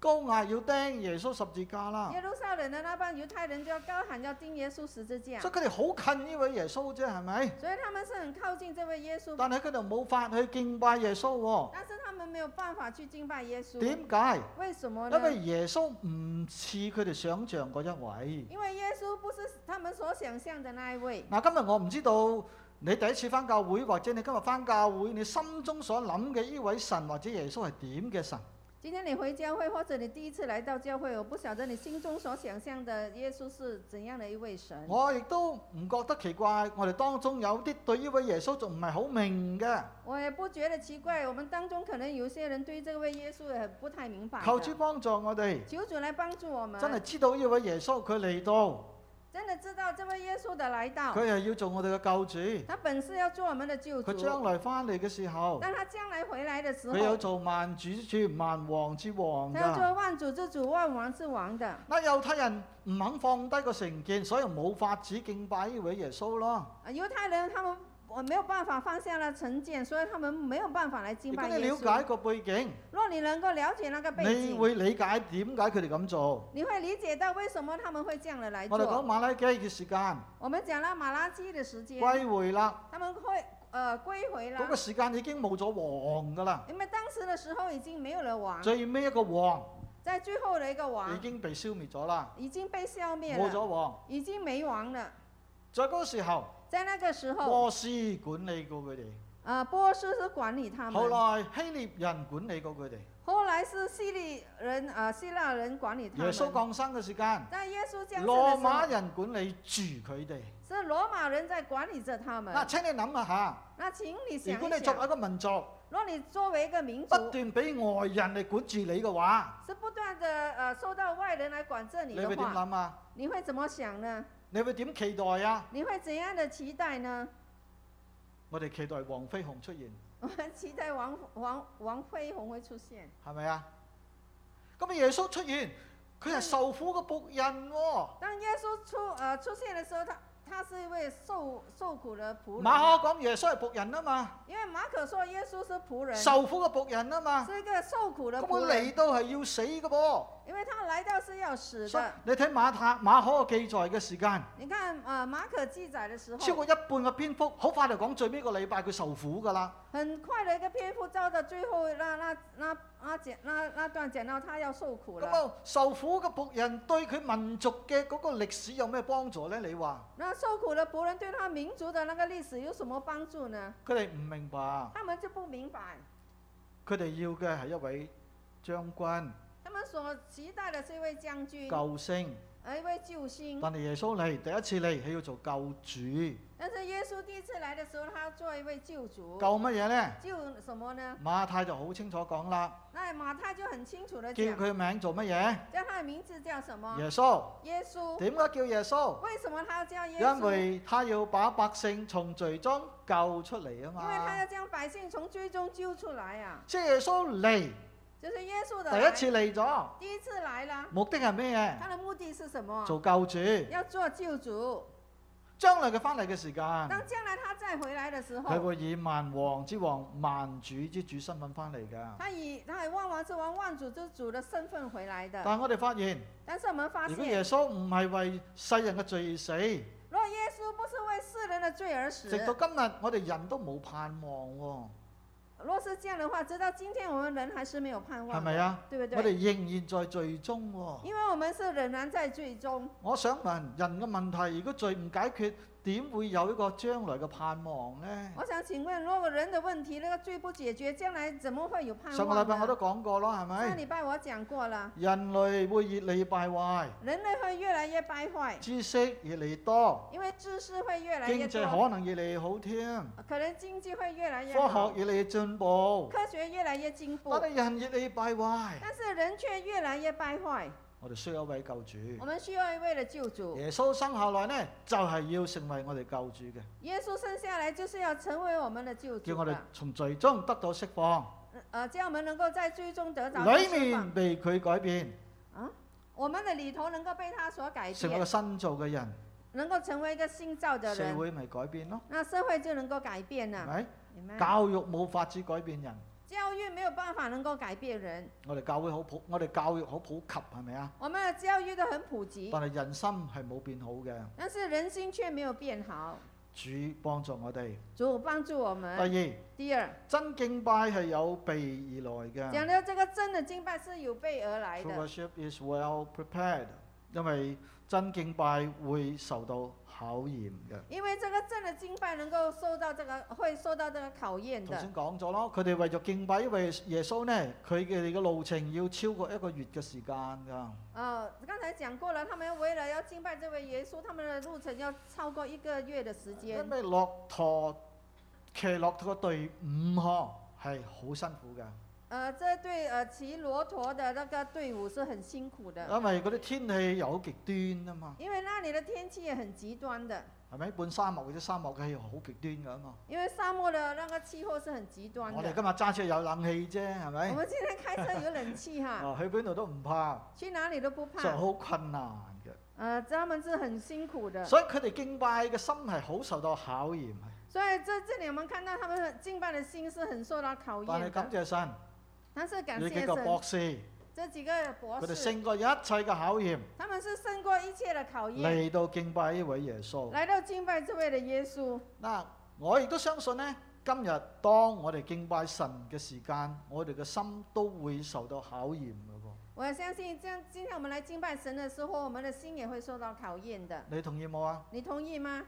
S1: 高嗌要釘耶穌十字架啦。
S2: 耶路撒冷的那帮猶太人就要高喊要釘耶穌十字架。
S1: 所以佢哋好近呢位耶穌啫，係咪？
S2: 所以他们是很靠近这位耶稣，
S1: 但係佢哋冇法去敬拜耶穌喎、
S2: 但是他们没有办法去敬拜耶稣。
S1: 點解？
S2: 为什么呢
S1: 因？為耶穌唔似佢哋想象嗰一位。
S2: 因为耶稣不是他们所想象的那一位。
S1: 嗱，今日我唔知道你第一次翻教會，或者你今日翻教會，你心中所諗嘅呢位神或者耶穌係點嘅神？
S2: 今天你回教会，或者你第一次来到教会，我不晓得你心中所想象的耶稣是怎样的一位神。
S1: 我亦都唔覺得奇怪，我哋當中有啲對呢位耶穌仲唔係好明嘅。
S2: 我也不觉得奇怪，我们当中可能有些人对这位耶稣也不太明白的。
S1: 求主幫助我哋，
S2: 求主来帮助我们，
S1: 真係知道呢位耶穌佢嚟到，
S2: 真的知道这位耶稣的来到，
S1: 佢係要做我哋嘅救主。
S2: 他本是要做我们的救
S1: 佢將
S2: 主，
S1: 來翻嚟嘅時候，
S2: 当他将来回来的时
S1: 佢有
S2: 候，
S1: 做萬主之主、萬王之王
S2: 他要
S1: 㗎。
S2: 做万主之主、万王之王的。
S1: 嗱，猶太人唔肯放低個成見，所以冇法子敬拜呢位耶穌咯。
S2: 啊，猶太人他们我没有办法放下了成见，所以他们没有办法来敬
S1: 如
S2: 拜
S1: 果
S2: 耶
S1: 你了
S2: 稣。
S1: 解個背景，
S2: 若你能够了解那个背
S1: 你
S2: 景，
S1: 會理解點解佢哋咁做。
S2: 你会理解到为什么他们会这样的来
S1: 我哋講
S2: 做。
S1: 馬拉基嘅時間
S2: 我们讲了马拉基的时间，
S1: 歸回啦，
S2: 他们会呃归回
S1: 嗰、個
S2: 了，
S1: 時間已經冇咗王㗎啦，
S2: 因为当时的时候已经没有了王，
S1: 最尾一個王
S2: 在最后的一个
S1: 已
S2: 王
S1: 經被消滅咗啦，
S2: 已经被消灭
S1: 冇
S2: 了，
S1: 咗王。
S2: 已经没王了。
S1: 在嗰個時候，
S2: 在那个时候，
S1: 波斯管理過佢哋，
S2: 啊、波斯是管理他
S1: 後
S2: 们，
S1: 來希臘人管理過佢哋。
S2: 后来是希利人啊、希腊人管理他
S1: 耶穌
S2: 们。
S1: 降生嘅時間，
S2: 但耶稣降世
S1: 羅
S2: 的时
S1: 馬
S2: 候，
S1: 人管理住佢哋。
S2: 是罗马人在管理着他们。
S1: 嗱，請你諗下，
S2: 那请你
S1: 如
S2: 想
S1: 果
S2: 一
S1: 你作為一
S2: 想，
S1: 個民族，
S2: 若你作为一个民
S1: 不
S2: 族，
S1: 斷俾外人嚟管住你嘅話，
S2: 是不斷的呃受到外人来管制你
S1: 你會
S2: 的
S1: 點
S2: 话，
S1: 諗啊？
S2: 你会怎么想呢？
S1: 你會點期待啊？
S2: 你会怎样的期待呢？ (laughs)
S1: 我哋期待黃飛鴻出現，
S2: 我们期待王王王飞鸿会出现。
S1: 係咪啊？咁耶穌出現，佢係受苦嘅仆人喎、
S2: 当耶稣出呃出现的时候，他他是一位受受苦的仆人
S1: 馬
S2: 啊，
S1: 可講耶穌係仆人啊嘛，
S2: 因为马可说耶稣是仆人，
S1: 受苦嘅仆人啊嘛，
S2: 是一个受苦的
S1: 咁
S2: 仆
S1: 佢
S2: 人，
S1: 嚟到係要死嘅噃。
S2: 因為他来到是要死
S1: 所以
S2: 的。
S1: 你睇馬太馬可嘅記載嘅時間，
S2: 你看呃马可记载的时
S1: 超
S2: 候，
S1: 過一半嘅篇幅，好快就講最尾一個禮拜佢受苦㗎啦。
S2: 很快的一个篇幅，照到最后那那那那讲那那段讲到他要受苦
S1: 咁
S2: 了。
S1: 啊，受苦嘅仆人對佢民族嘅嗰個歷史有咩幫助呢？你話
S2: 那受苦的仆人对他民族的那个历史有什么帮助呢？
S1: 佢哋唔明白，
S2: 他们就不明白，
S1: 佢哋要嘅係一位將軍
S2: 他们所期待的是一位将军，呃
S1: 救星，
S2: 而一位救星。
S1: 但係耶穌嚟第一次嚟，佢要做救主，
S2: 但是耶稣第一次来的时候，他做一位救主
S1: 救，乜嘢呢？
S2: 救什么呢？
S1: 馬太就好清楚講啦，
S2: 那马太就很清楚的
S1: 叫
S2: 讲，
S1: 佢名做乜嘢？
S2: 叫他的名字叫什么？
S1: 耶穌。
S2: 耶稣。
S1: 點解叫耶穌？
S2: 为什么他要叫耶稣？
S1: 因為他要把百姓從罪中救出嚟啊
S2: 因为他
S1: 嘛。
S2: 要将百姓从追踪揪出来啊，
S1: 即係耶穌嚟，
S2: 就是耶稣的来
S1: 第一次嚟咗，
S2: 第一次来了，
S1: 目的係咩嘢？
S2: 他的目的是什么？
S1: 做救主。
S2: 要做救主。
S1: 將來佢翻嚟嘅時間，
S2: 当将來他再回来的时
S1: 佢
S2: 候，
S1: 會以萬王之王、萬主之主身份翻嚟㗎。
S2: 他以他以万王之王、万主之主的身份回来的。
S1: 但係我哋發現，
S2: 但是我们发
S1: 如果
S2: 现，
S1: 耶穌唔係為世人嘅罪而死，
S2: 若耶稣不是为世人的罪而死，
S1: 直到今日我哋人都冇盼望
S2: 若是这样的话，直到今天我们人还是没有盼
S1: 喎，係
S2: 望，
S1: 咪啊？
S2: 对不
S1: 我
S2: 对？
S1: 哋仍然在罪中喎。
S2: 因为我们是仍然在最终。
S1: 我想問人嘅問題，如果罪唔解決，點會有一個將來嘅盼望呢？
S2: 我想请问，如果人的问题那个罪不解决，将来怎么会有盼
S1: 上個禮
S2: 望啊
S1: 拜我
S2: 呢？
S1: 都哎講過咯，係
S2: 上
S1: 咪？
S2: 礼拜我讲过了，
S1: 人類會越嚟越敗壞，
S2: 人类会越来越败坏，
S1: 知識越嚟越多，
S2: 因为知识会越来越
S1: 經濟
S2: 多，
S1: 可能越嚟越好添，
S2: 可能经济会越来越
S1: 科
S2: 好，
S1: 學越嚟越進步，
S2: 科学越来越进
S1: 但
S2: 啊步，
S1: 係人越嚟越敗壞。
S2: 但是人却越来越败坏。
S1: 我哋需要一位救主。
S2: 我们需要一位的救主，
S1: 耶穌生下來呢，就係、要成為我哋救主嘅，
S2: 耶稣生下来就是要成为我们的救
S1: 叫
S2: 主
S1: 我哋
S2: 的，
S1: 從罪中得到釋放，
S2: 呃，这样我们能够在最终得着
S1: 裡
S2: 释放
S1: 面被佢改變，
S2: 啊，我们的里头能够被他所改
S1: 成為一個
S2: 变，
S1: 新造嘅人，
S2: 能够成为一个新造的
S1: 社
S2: 人，
S1: 會咪改變咯，
S2: 那社会就能够改变
S1: 係
S2: 了。
S1: 咪？
S2: Amen
S1: 教育冇法子改變人，
S2: 教育没有办法能够改变人，
S1: 我哋教會好普，我哋教育好普及係咪啊？
S2: 我们的教育都很普及。
S1: 但係人心係冇變好嘅，
S2: 但是人心却没有变好。
S1: 主幫助我哋。
S2: 主帮助我们。
S1: 第
S2: 第二
S1: 二，，真敬拜係有備而
S2: 讲
S1: 來嘅。
S2: 到这个真的敬拜是有备而来
S1: True
S2: 的，
S1: worship is well prepared，因為真敬拜會受到考驗嘅。
S2: 因为这个真的敬拜能够受到这个会受到这个考验
S1: 頭
S2: 的。
S1: 先講咗咯，佢哋為咗敬拜，因為耶穌呢，佢哋嘅路程要超過一個月嘅時間㗎。
S2: 呃，刚才讲过了，他们为了要敬拜这位耶稣，他们的路程要超过一个月的时间
S1: 因。為駱駝騎駱駝嘅隊伍嗬係好辛苦嘅。
S2: 呃，这对呃骑骆驼的那个队伍是很辛苦的，
S1: 因為嗰啲天氣又好極端啊嘛，
S2: 因为那里的天气也很極端的，
S1: 係咪？半沙漠嗰啲沙漠嘅氣候好極端噶嘛。
S2: 因为沙漠的那个气候是很極端
S1: 我哋
S2: 的。哎
S1: 今日揸車有冷氣啫，係
S2: 我
S1: 咪？
S2: 们今天开车有冷气 (laughs) 哈，
S1: 啊，去邊度都唔怕，
S2: 去哪里都不怕
S1: 就。好困難嘅。
S2: 呃，他们是很辛苦的，
S1: 所以佢哋敬拜嘅心係好受到考驗，
S2: 所以在这里我们看到他们敬拜的心是很受到考
S1: 但係
S2: 验
S1: 感
S2: 的。
S1: 謝神，
S2: 但是感
S1: 呢幾
S2: 谢
S1: 個
S2: 神，
S1: 博士，
S2: 这几个博
S1: 佢哋
S2: 士，
S1: 勝過一切嘅考驗，
S2: 他们是胜过一切的考验，
S1: 嚟到敬拜呢位耶穌。
S2: 来到敬拜这位的耶稣。
S1: 嗱，我亦都相信呢，今日當我哋敬拜神嘅時間，我哋嘅心都會受到考驗嘅
S2: 我相信，这样今天我们来敬拜神的时候，我们的心也会受到考验的
S1: 喎。。你同意冇啊？
S2: 你同意吗？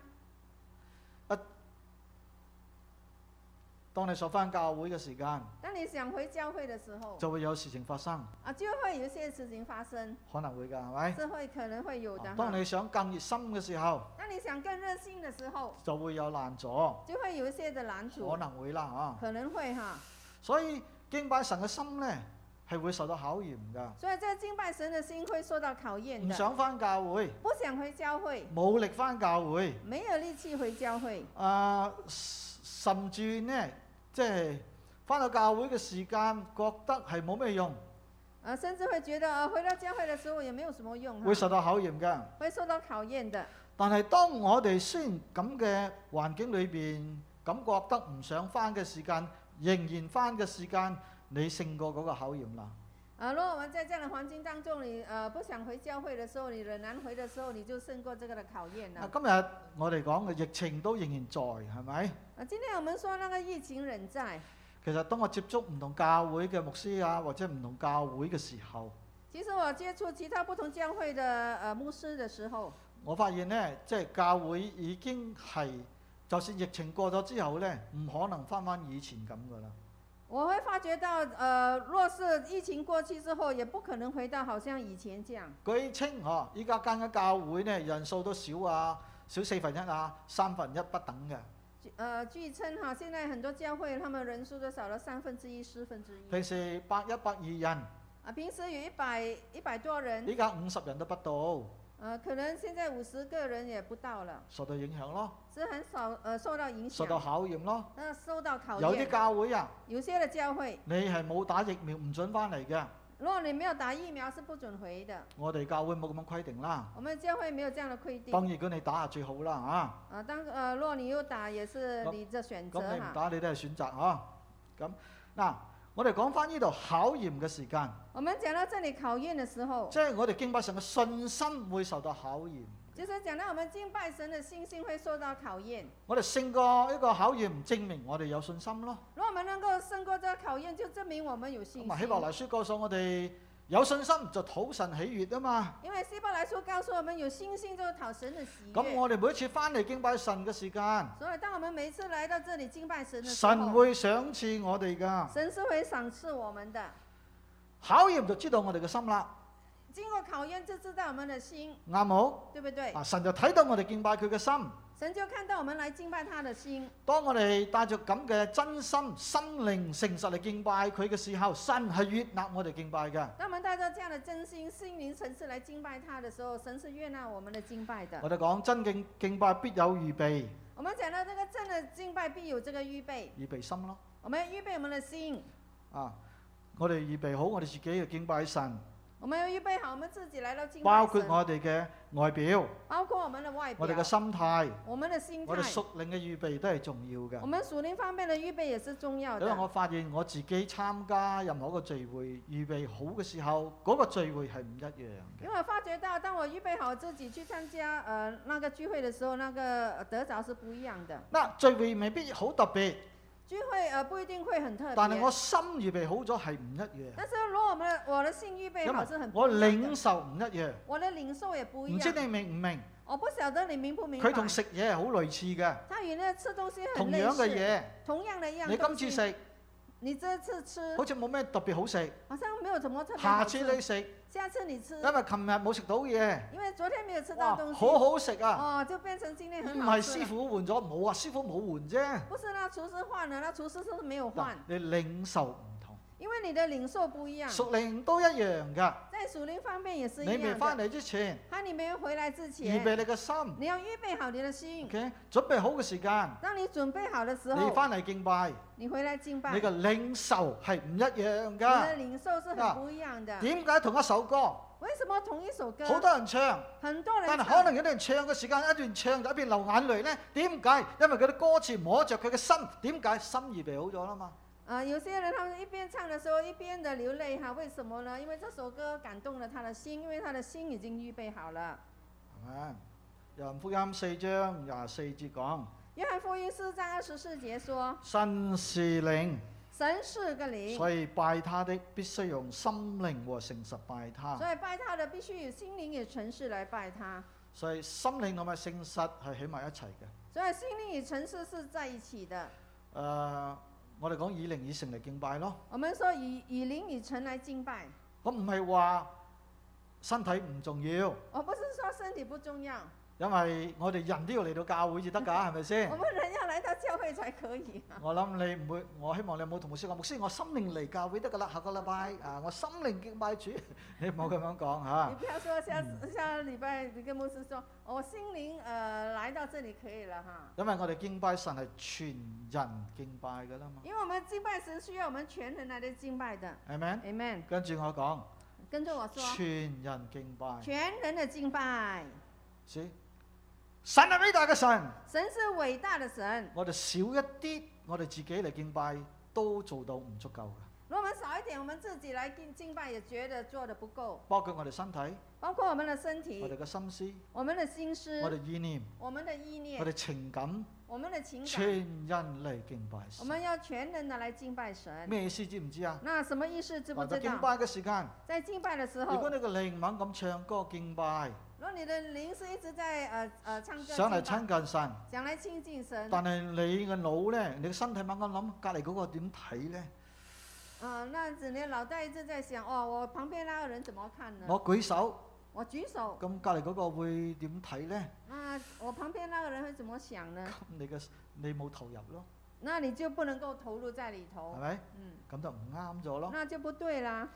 S1: 當你所翻教會嘅時間，
S2: 当你想回教会的时候，
S1: 就會有事情發生，
S2: 啊，就会有一些事情发生，
S1: 可能會㗎，係咪？
S2: 这会可能会有的
S1: 啊
S2: 哈。
S1: 當你想更熱心嘅時候，
S2: 当你想更热心的时候，
S1: 就會有難阻，
S2: 就会有一些的拦
S1: 可
S2: 阻，
S1: 能會啦啊。
S2: 可能会哈。
S1: 所以敬拜神嘅心呢，係會受到考驗㗎。
S2: 所以在敬拜神的心会受到考验
S1: 唔
S2: 的。
S1: 想翻教會，
S2: 不想回教会，
S1: 冇力翻教會，
S2: 没有力气回教会，
S1: 啊、甚至呢，即係翻到教會嘅時間，覺得係冇咩用，
S2: 啊，甚至会觉得啊，回到教会的时候也没有什么用
S1: 會
S2: 哈，
S1: 受到考驗㗎。
S2: 会受到考验的。
S1: 但係當我哋雖然咁嘅環境裏邊，咁覺得唔想翻嘅時間，仍然翻嘅時間，你勝過嗰個考驗啦。
S2: 啊，如果我们在这样的环境当中，你呃不想回教会的时候，你仍然回的时候，你就胜过这个的考验
S1: 啊
S2: 了。
S1: 今日我哋講嘅疫情都仍然在，係咪？
S2: 啊，今天我们说那个疫情仍在，
S1: 其實當我接觸唔同教會嘅牧師啊，或者唔同教會嘅時候，
S2: 其实我接触其他不同教会的呃牧师的时候，
S1: 我發現呢，即係教會已經係，就算疫情過咗之後呢，唔可能翻翻以前咁噶啦。
S2: 我会发觉到，呃，若是疫情过去之后，也不可能回到好像以前这样。
S1: 據稱嗬，依家間間教會呢，人數都少啊，少四分一啊，三分一不等嘅。
S2: 据呃，据称哈，现在很多教会他们人数都少了三分之一、四分之一
S1: 平時百一百二
S2: 啊，平时有一百一百多
S1: 人，
S2: 人，
S1: 依家五十人都不到，
S2: 呃，可能现在五十个人也不到了，
S1: 受到影響咯，
S2: 是很少呃受到影
S1: 受到
S2: 响，
S1: 考驗咯。
S2: 那受到考
S1: 有啲
S2: 验。
S1: 教會啊，
S2: 有些的教会，
S1: 你係冇打疫苗唔准翻嚟嘅，
S2: 如果你没有打疫苗是不准回的，
S1: 我哋教會冇咁樣規定啦。
S2: 我们教会没有这样的规定。
S1: 當然，如果你打下最好啦啊。
S2: 啊，当呃，若你有打也是
S1: 咁
S2: 你的选择
S1: 咁你唔
S2: 哈。
S1: 打你都係選擇啊。咁嗱，我哋講翻呢度考驗嘅時間，
S2: 我们讲到这里考验的时候，
S1: 即係我哋敬拜神嘅信心會受到考驗。
S2: 就是讲到我们敬拜神的信心会受到考验。
S1: 我哋勝過一個考驗，證明我哋有信心咯。
S2: 如果我们能够胜过这个考验，就证明我们有信
S1: 咁啊，希伯
S2: 心。
S1: 來書告訴我哋有信心就討神喜悅啊嘛。
S2: 因为希伯来书告诉我们，有信心就是讨神的喜
S1: 咁
S2: 悦。
S1: 我哋每一次翻嚟敬拜神嘅時間，
S2: 所以，当我们每次来到这里敬拜神的时
S1: 神
S2: 候，
S1: 會賞賜我哋噶。
S2: 神是会赏赐我们的。
S1: 考驗就知道我哋嘅心啦，
S2: 经过考验，就知道我们的心，
S1: 啱冇？
S2: 对不对？
S1: 啊，神就睇到我哋敬拜佢嘅心。
S2: 神就看到我们来敬拜他的心。
S1: 當我哋帶着咁嘅真心、心靈誠實嚟敬拜佢嘅時候，神係悦納我哋敬拜嘅。
S2: 当我们带着这样的真心、心灵、神是来敬拜他的时候，神是悦纳我们的敬拜的。
S1: 我哋講真敬敬拜必有預備，
S2: 我们讲到这个正的敬拜必有这个预备，
S1: 預備心咯。
S2: 我们要预备我们的心，
S1: 啊，我哋預備好我哋自己嘅敬拜神，
S2: 我们要预备好我们自己来到敬
S1: 包
S2: 拜
S1: 括
S2: 神，
S1: 我哋嘅外表、
S2: 包括我们的外
S1: 我哋
S2: 表
S1: 嘅、心態、
S2: 我们的心态
S1: 我哋、屬靈嘅預備都係重要
S2: 我
S1: 嘅。
S2: 们属灵方面的预备也是重要
S1: 因為
S2: 的。
S1: 我發現我自己參加任何一個聚會，預備好嘅時候，嗰、個聚會係唔一樣
S2: 因
S1: 嘅。
S2: 为我发觉到，当我预备好自己去参加呃那个聚会的时候，那个呃得着是不一样的。
S1: 嗱、聚會未必好特別，
S2: 聚会呃不一定会很特
S1: 但係我
S2: 别，
S1: 心預備好咗係唔一樣。
S2: 但是如果我们的我的心预备
S1: 因
S2: 好
S1: 為
S2: 是很
S1: 我
S2: 不一样的
S1: 領受唔一樣，
S2: 我的领受也不一
S1: 唔知
S2: 样。
S1: 你明唔明？
S2: 我不晓得你明不明白
S1: 佢？同食嘢係好類似嘅，
S2: 他与那吃东西
S1: 同
S2: 很类
S1: 樣嘅
S2: 似，
S1: 嘢。
S2: 同样的一样
S1: 你
S2: 东
S1: 今
S2: 西
S1: 次。食
S2: 你这次吃
S1: 好似冇咩特別好食，
S2: 好像没有什么特别
S1: 下
S2: 好
S1: 次
S2: 吃，
S1: 你食，
S2: 下次你吃
S1: 因，為琴日冇食到嘢，
S2: 因为昨天没有吃
S1: 哇
S2: 到东，西，
S1: 好好食啊！
S2: 哦，就变成今天
S1: 唔
S2: 很好
S1: 係
S2: 吃
S1: 師
S2: 了。
S1: 傅換咗，冇啊，師傅冇換啫。
S2: 不是那厨师换了，那厨师是没有
S1: 嗱
S2: 换，
S1: 你領受唔同，
S2: 因为你的领受不一样，
S1: 熟靈都一樣㗎。
S2: 在属灵方面也是
S1: 你
S2: 一
S1: 未
S2: 样
S1: 翻
S2: 的。
S1: 嚟之前，
S2: 他你没有回来之
S1: 預
S2: 前，
S1: 備你嘅心
S2: 你要预备好你的心。
S1: ，OK，準備好嘅時間，
S2: 当你准备好的时
S1: 你
S2: 候，
S1: 翻嚟敬拜，
S2: 你回来敬拜，
S1: 你嘅領受係唔一樣
S2: 你的
S1: 㗎。
S2: 领受是
S1: 啊
S2: 很不一样的。
S1: 點解同一首歌？
S2: 为什么同一首歌，
S1: 好多人唱，
S2: 很多人
S1: 但係
S2: 唱
S1: 可能有啲人唱嘅時間一邊唱就一邊流眼淚呢？點解？因為佢啲歌詞摸着佢嘅心，點解心預備好咗啦嘛？
S2: 啊、有些人他们一边唱的时候一边的流泪哈，为什么呢？因为这首歌感动了他的心，因为他的心已经预备好了。
S1: 係咪？約翰福音四章廿四節講：
S2: 约翰福音四章二十四节说
S1: 神是靈，：“
S2: 神是个灵，
S1: 所以拜他的必須用心靈和誠實拜他。
S2: 所以拜他的必须以心灵与诚实来拜他。
S1: 所以心靈同埋誠實係起埋一齊嘅。
S2: 所以心灵与诚实是在一起的。
S1: 誒、我哋講以靈以誠嚟敬拜咯。
S2: 我们说以以灵以诚来敬拜，
S1: 咁唔係話身體唔重要，
S2: 我不是说身体不重要，
S1: 因為我哋人都要嚟到教會至得㗎，係咪先
S2: 我？们人要来到教会才可以。
S1: 我諗你唔會，我希望你冇同牧師講，牧師我心靈嚟教會得㗎啦，下個禮拜啊，我心靈敬拜主， (laughs) 你唔好咁樣講
S2: 你
S1: 嚇。
S2: 不要说下下礼拜你跟牧师说，我心灵呃来到这里可以了哈。”
S1: 因為我哋敬拜神係全人敬拜㗎啦嘛，
S2: 因为我们敬拜神需要我们全人来的敬拜的。
S1: 係咪？
S2: Amen。
S1: 跟住我講
S2: 跟着我说，
S1: 全人敬拜，
S2: 全人的敬拜，
S1: 是神係偉大嘅神，
S2: 神是伟大的神。
S1: 我哋少一啲，我哋自己嚟敬拜都做到唔足夠嘅，
S2: 如果我们少一点，我们自己来敬敬拜也觉得做的不够，
S1: 包括我哋身體、
S2: 包括我们的身
S1: 我哋
S2: 体、
S1: 嘅心思、
S2: 我们的心思、
S1: 我哋意念、
S2: 我们的意
S1: 我
S2: 念、
S1: 哋情感，
S2: 我们的情
S1: 全
S2: 感，
S1: 人嚟敬拜
S2: 我
S1: 神。
S2: 们要全人的来敬拜神。
S1: 咩意思知唔知啊？
S2: 那什么意思？知不
S1: 或者
S2: 知
S1: 敬
S2: 道？
S1: 拜嘅時間，
S2: 在敬拜的时
S1: 如果
S2: 候，
S1: 你個靈敏咁唱歌敬拜，
S2: 如果你的灵是一直在呃呃唱歌
S1: 想嚟
S2: 敬拜，
S1: 親近神，
S2: 想来亲近神，
S1: 但係你嘅腦咧，你嘅身體敏感諗隔離嗰個點睇咧？
S2: 啊、那子呢，脑袋一直在想，哦，我旁边那个人怎么看呢？我
S1: 我舉手，
S2: 举手，
S1: 咁隔離嗰個會點睇咧？
S2: 那我旁边那个人会怎么想呢？
S1: 咁 (laughs) 你嘅你冇投入咯，
S2: 那你就不能够投入在里
S1: 係
S2: 头，
S1: 咪？
S2: 嗯，
S1: 咁就唔啱咗咯。
S2: 那就不对啦。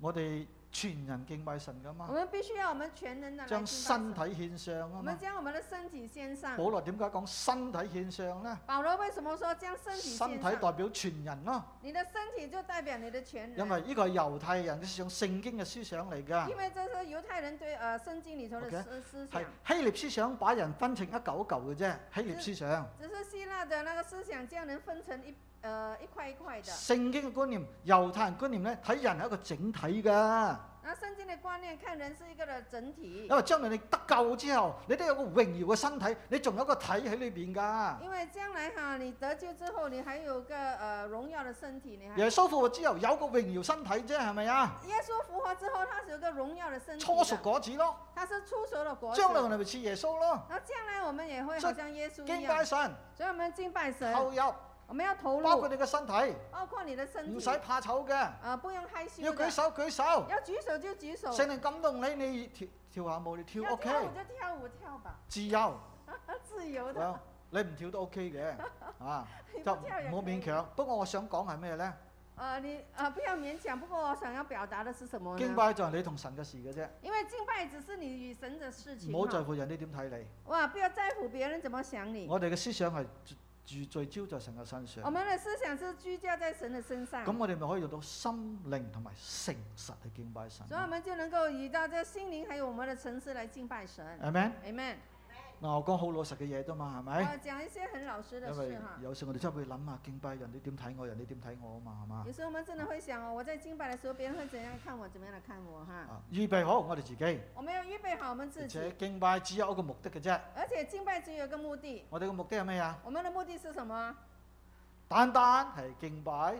S1: 我哋全人敬拜神噶嘛
S2: 我，們必須要我們全人的来
S1: 將
S2: 敬拜
S1: 身
S2: 神
S1: 體獻上啊
S2: 我
S1: 嘛
S2: 們。将我們的身体献上。
S1: 保羅點解講身體獻上咧？
S2: 保罗为什么说将身体
S1: 身
S2: 献
S1: 體
S2: 上？
S1: 代表全人咯，
S2: 你的身体就代表你的全人，
S1: 因為呢個係猶太人嘅思想、聖經嘅思想嚟㗎。
S2: 因为这是犹太人对呃圣经里头的
S1: 啊 OK，
S2: 思思
S1: 係
S2: 想，
S1: 希臘思想把人分成一嚿一嚿嘅啫，希臘思想。
S2: 只是希腊的那个思想将人分成一呃一块一块的。
S1: 聖嗯經嘅觀念、猶太人觀念咧，睇人係一個整體㗎。
S2: 那圣经的觀念看人是一個的整體
S1: 因，為將來你得救之後，你都有個榮耀嘅身體，你仲有一個體喺裏邊㗎。
S2: 因為將來哈，你得救之後，你還有個呃榮耀的身體，你還
S1: 耶穌復活之後有個榮耀身體啫，係咪啊？
S2: 耶穌復活之後，他是有個榮耀的身體
S1: 初熟
S2: 的，
S1: 果子咯，
S2: 他是出熟的果子。
S1: 將來我哋咪似耶穌咯，
S2: 那將來我們也會
S1: 所以
S2: 好像耶穌一
S1: 敬
S2: 樣
S1: 拜，神、
S2: 所以我們敬拜神，
S1: 投入，
S2: 我們要投
S1: 包括
S2: 入，
S1: 你嘅身體，
S2: 包括你的身
S1: 唔
S2: 體，
S1: 使怕醜嘅，
S2: 啊，不用害羞
S1: 要舉
S2: 的，
S1: 手舉手。
S2: 要舉手就舉手，
S1: 聖靈感動你，你跳跳下舞，你跳
S2: 要
S1: OK，
S2: 跳舞就跳舞跳吧，啊
S1: 自由。
S2: 自由的，
S1: Well，你唔跳都 OK À, 嘅，啊，
S2: 你
S1: 就
S2: (laughs) 不
S1: 唔
S2: 跳也
S1: 好
S2: 可
S1: 勉
S2: 以。
S1: 強。不過我想講係咩咧？
S2: 呃，你呃不要勉強，不過我想要表達的是什麼呢
S1: 敬？拜就係你同神嘅事嘅啫，
S2: 因为敬拜只是你与神的事情
S1: 唔好在
S2: 嘛，
S1: 乎人哋點睇
S2: 哇，不要在乎别人怎么想
S1: 你。
S2: 你。
S1: 我哋嘅思想係住聚焦在神嘅身
S2: 我
S1: 上，
S2: 们的思想是聚焦在神的身上，
S1: 咁我哋咪可以用到心靈同埋誠實去敬拜神。
S2: 所以我們就能够以到这心灵还有我们的城市来敬拜神。
S1: 係咪？
S2: Amen。
S1: 嗱，我講好老實嘅嘢啫嘛，係咪？
S2: 我讲一些很老實的
S1: 因為
S2: 事哈。
S1: 有時我哋真係會諗下敬拜人哋點睇我，人哋點睇我啊嘛，係嘛？
S2: 有时候我们真的会想哦，我在敬拜的时候，别人会怎样看我，怎么样来看我哈。
S1: 啊，預備好我哋自己，
S2: 我们要预备好我们自
S1: 而且
S2: 己，
S1: 敬拜只有一個目的嘅啫。
S2: 而且敬拜只有一个目的，
S1: 我哋嘅目的係咩啊？
S2: 我们的目的是什么？
S1: 單單係敬拜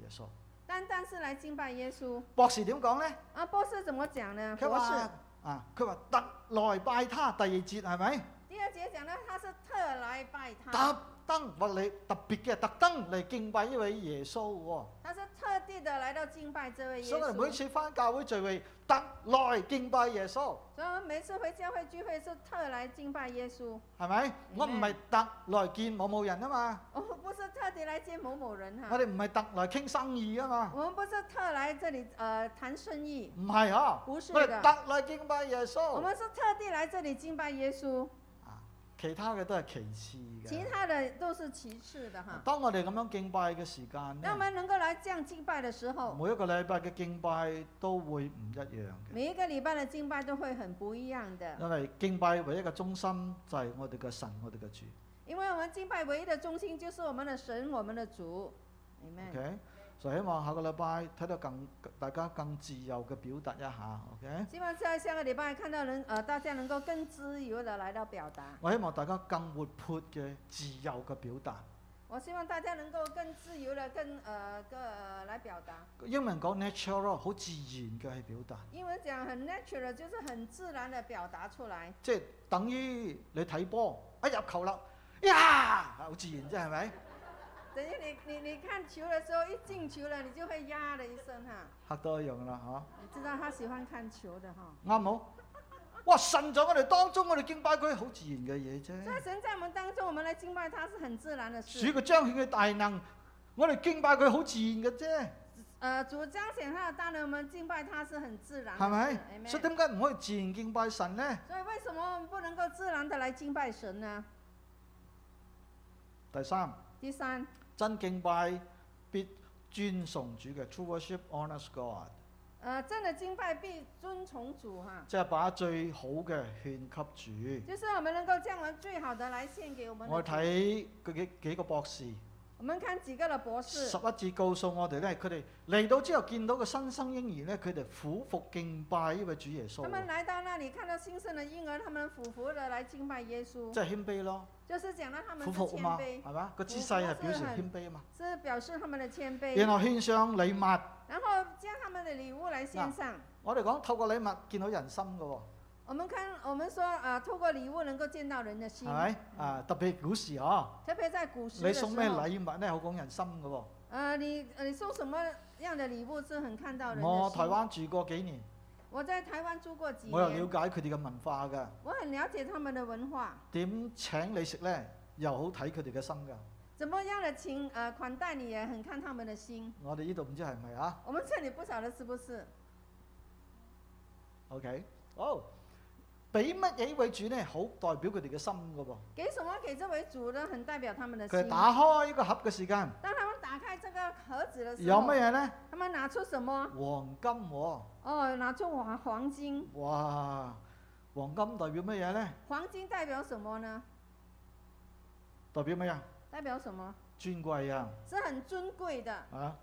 S1: 耶穌。
S2: 单单是来敬拜耶稣
S1: 博士點講呢？
S2: 啊？博士怎么讲呢？
S1: 佢
S2: 博
S1: 話
S2: 士
S1: 啊，佢話特來拜他。第二節係咪？
S2: 第二节讲到他是特来拜他。
S1: 特登或你特別嘅特登嚟敬拜呢位耶穌喎、
S2: 他是特地的来到敬拜这位耶
S1: 所以我
S2: 稣，
S1: 哋每次翻教會聚會，特來敬拜耶穌，
S2: 所以我们每次回教会聚会是特来敬拜耶稣，
S1: 係咪？我唔係特來見某某人啊嘛，
S2: 我们不是特地来见某某人哈
S1: 我，哋唔係特來傾生意啊嘛，
S2: 我们不是特来这里呃谈生意，
S1: 唔係嗬，
S2: 不是
S1: 我哋
S2: 的，
S1: 特來敬拜耶
S2: 啊
S1: 穌。
S2: 我们是特地来这里敬拜耶稣。
S1: 啊，其他嘅都係其次
S2: 其
S1: 嘅。
S2: 他的都是其次的哈。
S1: 當我哋咁樣敬拜嘅時間
S2: 当我
S1: 呢，
S2: 们能够来这样敬拜的时候，
S1: 每一個禮拜嘅敬拜都會唔一樣嘅，
S2: 每一个礼拜的敬拜都会很不一样的，
S1: 因為敬拜唯一嘅中心就係我哋嘅神，我哋嘅主。
S2: 因为我们敬拜唯一的中心就是我们的神，我们的主。Amen。
S1: OK，所以希望下個禮拜睇到更大家更自由嘅表達一下。OK，
S2: 希望在下个礼拜看到能呃大家能够更自由的来到表达。
S1: 我希望大家更活潑嘅自由嘅表達。
S2: 我希望大家能够更自由的更呃个呃来表达。
S1: 英文講 natural 好自然嘅去表達，
S2: 英文讲很 natural，就是很自然的表达出来，
S1: 即係等於你睇波一入球啦，呀，好自然啫，係咪？
S2: 等于你你你看球的时候，一进球了，你就会呀的一声哈。
S1: 嚇到一樣啦嚇。
S2: 你知道他喜欢看球的哈。
S1: 啱冇？哇！神在我哋當中，我哋敬拜佢好自然嘅嘢
S2: 所以
S1: 啫。
S2: 神在我们当中，我们来敬拜他是很自然的
S1: 主
S2: 事。
S1: 佢彰顯嘅大能，我哋敬拜佢好自然嘅啫，
S2: 呃，主彰显他的大能，我们敬拜他是很自然
S1: 係
S2: 的事。
S1: 咪？
S2: Amen
S1: 所以點解唔可以自然敬拜神呢？
S2: 所以为什么我们不能够自然的来敬拜神呢？
S1: 第三，
S2: 第三，
S1: 真敬拜必尊崇主嘅 true worship honors God，
S2: 呃，真的敬拜必遵从主哈，
S1: 即係把最好嘅獻給
S2: 就是我们能够将我们最好的来献给我
S1: 主。
S2: 们
S1: 我
S2: 的主。
S1: 睇佢幾幾個博士，
S2: 我们看几个的博
S1: 十
S2: 士，
S1: 一節告訴我哋咧，佢哋嚟到之後見到個新生嬰兒咧，佢哋俯伏敬拜呢位主耶穌
S2: 他们
S1: 喎，
S2: 来到那里看到新生的婴儿，他们俯伏的来敬拜耶稣，
S1: 即係謙卑咯。
S2: 就是讲到他们
S1: 苦服啊
S2: 是谦
S1: 嘛，
S2: 卑，
S1: 係嘛？個
S2: 苦
S1: 姿
S2: 服
S1: 勢係
S2: 真
S1: 表示
S2: 係
S1: 謙卑啊嘛。
S2: 是表示他们的谦卑
S1: 然，後獻上禮物，
S2: 然后将他们的禮物来献上。
S1: 我哋講透過禮物見到人心嘅喎，
S2: 我们看，我们说啊、呃透过禮物能够見到人
S1: 係
S2: 的心，
S1: 咪？啊，特別股市啊，
S2: 特別在嗯古時
S1: 你
S2: 的時
S1: 送咩
S2: 候，
S1: 禮物咧，好講人心嘅喎。
S2: 呃，你呃你送什麼樣的禮物是很看到人的
S1: 我
S2: 心
S1: 台灣住過幾年，
S2: 我在台灣住過幾
S1: 我又
S2: 年，
S1: 了解佢哋嘅文化㗎。
S2: 我很了解他们的文化，
S1: 點請你食咧，又好睇佢哋嘅心㗎。
S2: 怎麼樣的情呃款待你也很看他們的心。
S1: 我哋呢度唔知係咪啊
S2: 我們這裡不曉得是不是？
S1: ？OK，好，俾乜嘢為主咧，好代表佢哋嘅心㗎喎。
S2: 給什麼給這位主呢？很代表他們的
S1: 佢
S2: 心
S1: 哋。打開呢個盒嘅時間，
S2: 當他們打開這個盒子的時
S1: 有
S2: 候
S1: 乜，嘢咧？
S2: 他們拿出什麼？
S1: 黃金喎。
S2: 哦，拿出黃黃金。
S1: 哇！黃金代表乜嘢呢？
S2: 黃金代表什麼呢？
S1: 代表乜嘢？
S2: 代表什麼？
S1: 尊貴啊！
S2: 是很尊貴的
S1: 啊，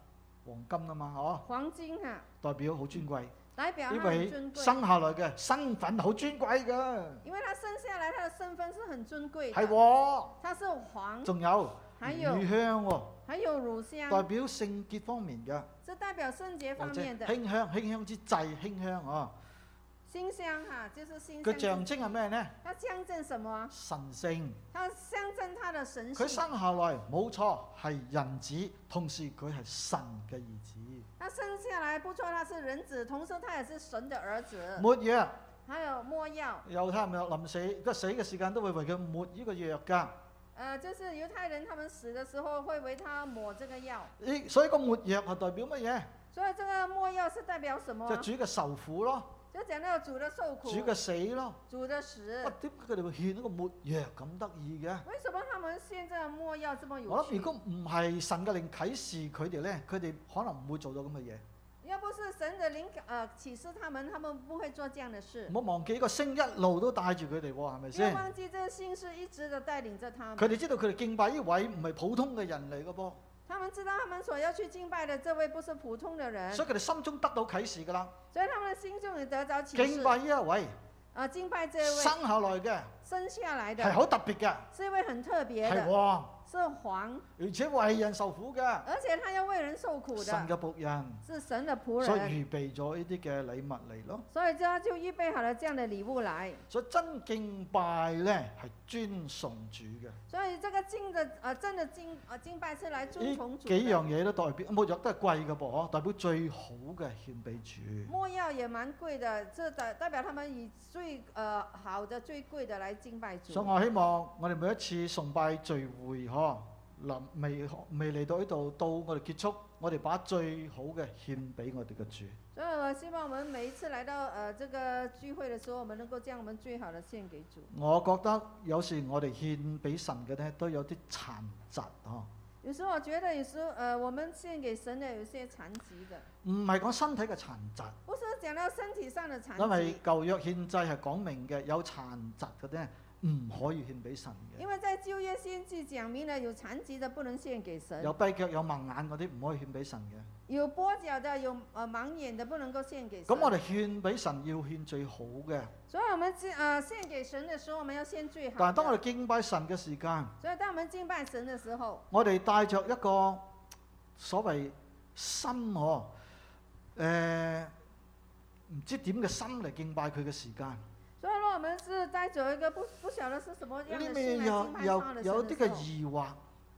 S1: 黃金啊嘛，哦，
S2: 黃金啊，
S1: 代表好尊貴。呢
S2: 代表他很
S1: 位
S2: 尊貴，
S1: 生下來嘅身份好尊貴嘅，
S2: 因為他生下來他的身份是很尊貴
S1: 係
S2: 的，
S1: 喎。
S2: 他是皇，
S1: 仲有
S2: 還有
S1: 乳香喎，
S2: 還有乳
S1: 代
S2: 香，
S1: 表聖潔方面嘅，
S2: 是代表聖潔
S1: 或
S2: 方
S1: 者
S2: 面的。
S1: 馨香、馨香之祭、馨香啊。
S2: 馨香哈、就是馨
S1: 佢象，
S2: 香
S1: 徵係咩呢？
S2: 它象徵什麼？
S1: 神聖。
S2: 它象徵他的神
S1: 佢
S2: 性。
S1: 生下來冇錯係人子，同時佢係神嘅兒子。
S2: 他生下來不錯，他是人子，同時他也是神的兒子。
S1: 末約。
S2: 還有莫藥，
S1: 猶太人臨死個死嘅時間都會為佢抹呢個藥㗎，
S2: 呃，就是猶太人他們死的時候會為他抹這個藥，
S1: 呢所以個抹藥係代表乜嘢？
S2: 所以這個莫藥是代表什麼
S1: 就？係主嘅受苦咯，
S2: 就講到主的受苦
S1: 主，嘅死咯。
S2: 主的死
S1: 哇！。點解佢哋會獻呢個抹藥咁得意嘅？
S2: 为什么他们现在莫要这么有
S1: 我諗
S2: 趣
S1: 如？果唔係神嘅靈啟示佢哋咧，佢哋可能唔會做到咁嘅嘢。
S2: 要不是神的灵感呃启示他们，他们不会做这样的事
S1: 唔。好忘記個星一路都帶住佢哋喎，係咪
S2: 不要
S1: 先？
S2: 忘记，这个心是一直的带领着他
S1: 佢
S2: 们。
S1: 哋知道佢哋敬拜呢位唔係普通嘅人嚟嘅噃，
S2: 他们知道他们所要去敬拜的这位不是普通的人，
S1: 所以佢哋心中得到啟示㗎啦。
S2: 所以他们的心中也得着启
S1: 敬
S2: 示。
S1: 拜呢一位
S2: 啊，敬拜这位
S1: 生下來嘅
S2: 生下来
S1: 係
S2: 的，
S1: 好特別嘅，
S2: 是一位很特别
S1: 係
S2: 的，
S1: 王，
S2: 是皇，
S1: 而且為人受苦嘅。
S2: 而且他要为人受苦
S1: 神
S2: 的，
S1: 嘅仆人，
S2: 是神的仆
S1: 所以
S2: 人。
S1: 預備咗呢啲嘅禮物嚟咯。
S2: 所以他就预备好了这样的礼物来。
S1: 所以真敬拜咧係尊崇主嘅，
S2: 所以这个敬的呃，真的敬呃敬拜是来尊
S1: 呢
S2: 崇
S1: 幾
S2: 主的。
S1: 樣嘢都代表，沒藥都係貴嘅噃，代表最好嘅獻俾主。
S2: 墨药也蛮贵的，这代代表他们以最呃好的、最贵的来敬拜
S1: 所以
S2: 主。
S1: 我希望我哋每一次崇拜聚會，嗬，嗱，未未嚟到呢度，到我哋結束，我哋把最好嘅獻俾我哋嘅主。
S2: 所以我希望我们每一次来到呃这个聚会的时候，我们能够将我们最好的献给主。
S1: 我覺得有時我哋獻俾神嘅咧，都有啲殘疾呵，
S2: 有时候我觉得，有时候呃我们献给神的有些残疾的，
S1: 唔係講身體嘅殘疾，
S2: 不是讲到身体上的残
S1: 因為
S2: 疾，
S1: 舊約獻祭係講明嘅，有殘疾嘅咧唔可以獻俾神
S2: 因
S1: 嘅，
S2: 为在旧约先知讲明了，有残疾的不能献给神
S1: 有，跛腳、有盲眼嗰啲唔可以獻俾神嘅。
S2: 有跛脚的、有呃盲眼的不能够献给神
S1: 咁。我哋獻俾神要獻最好嘅，
S2: 所以我们献呃献给神的时候，我们要献最好
S1: 但係當我
S2: 的。
S1: 哋敬拜神嘅時間，
S2: 所以当我们敬拜神的时候，
S1: 我哋帶着一個所謂心嗬，誒、唔知點嘅心嚟敬拜佢嘅時間，
S2: 所以说我们是带走一个不不晓得是什么样
S1: 呢
S2: 的
S1: 面
S2: 心来
S1: 又
S2: 敬拜
S1: 又
S2: 他的
S1: 有
S2: 神
S1: 啲
S2: 的
S1: 嘅哦
S2: 时候，
S1: 疑惑，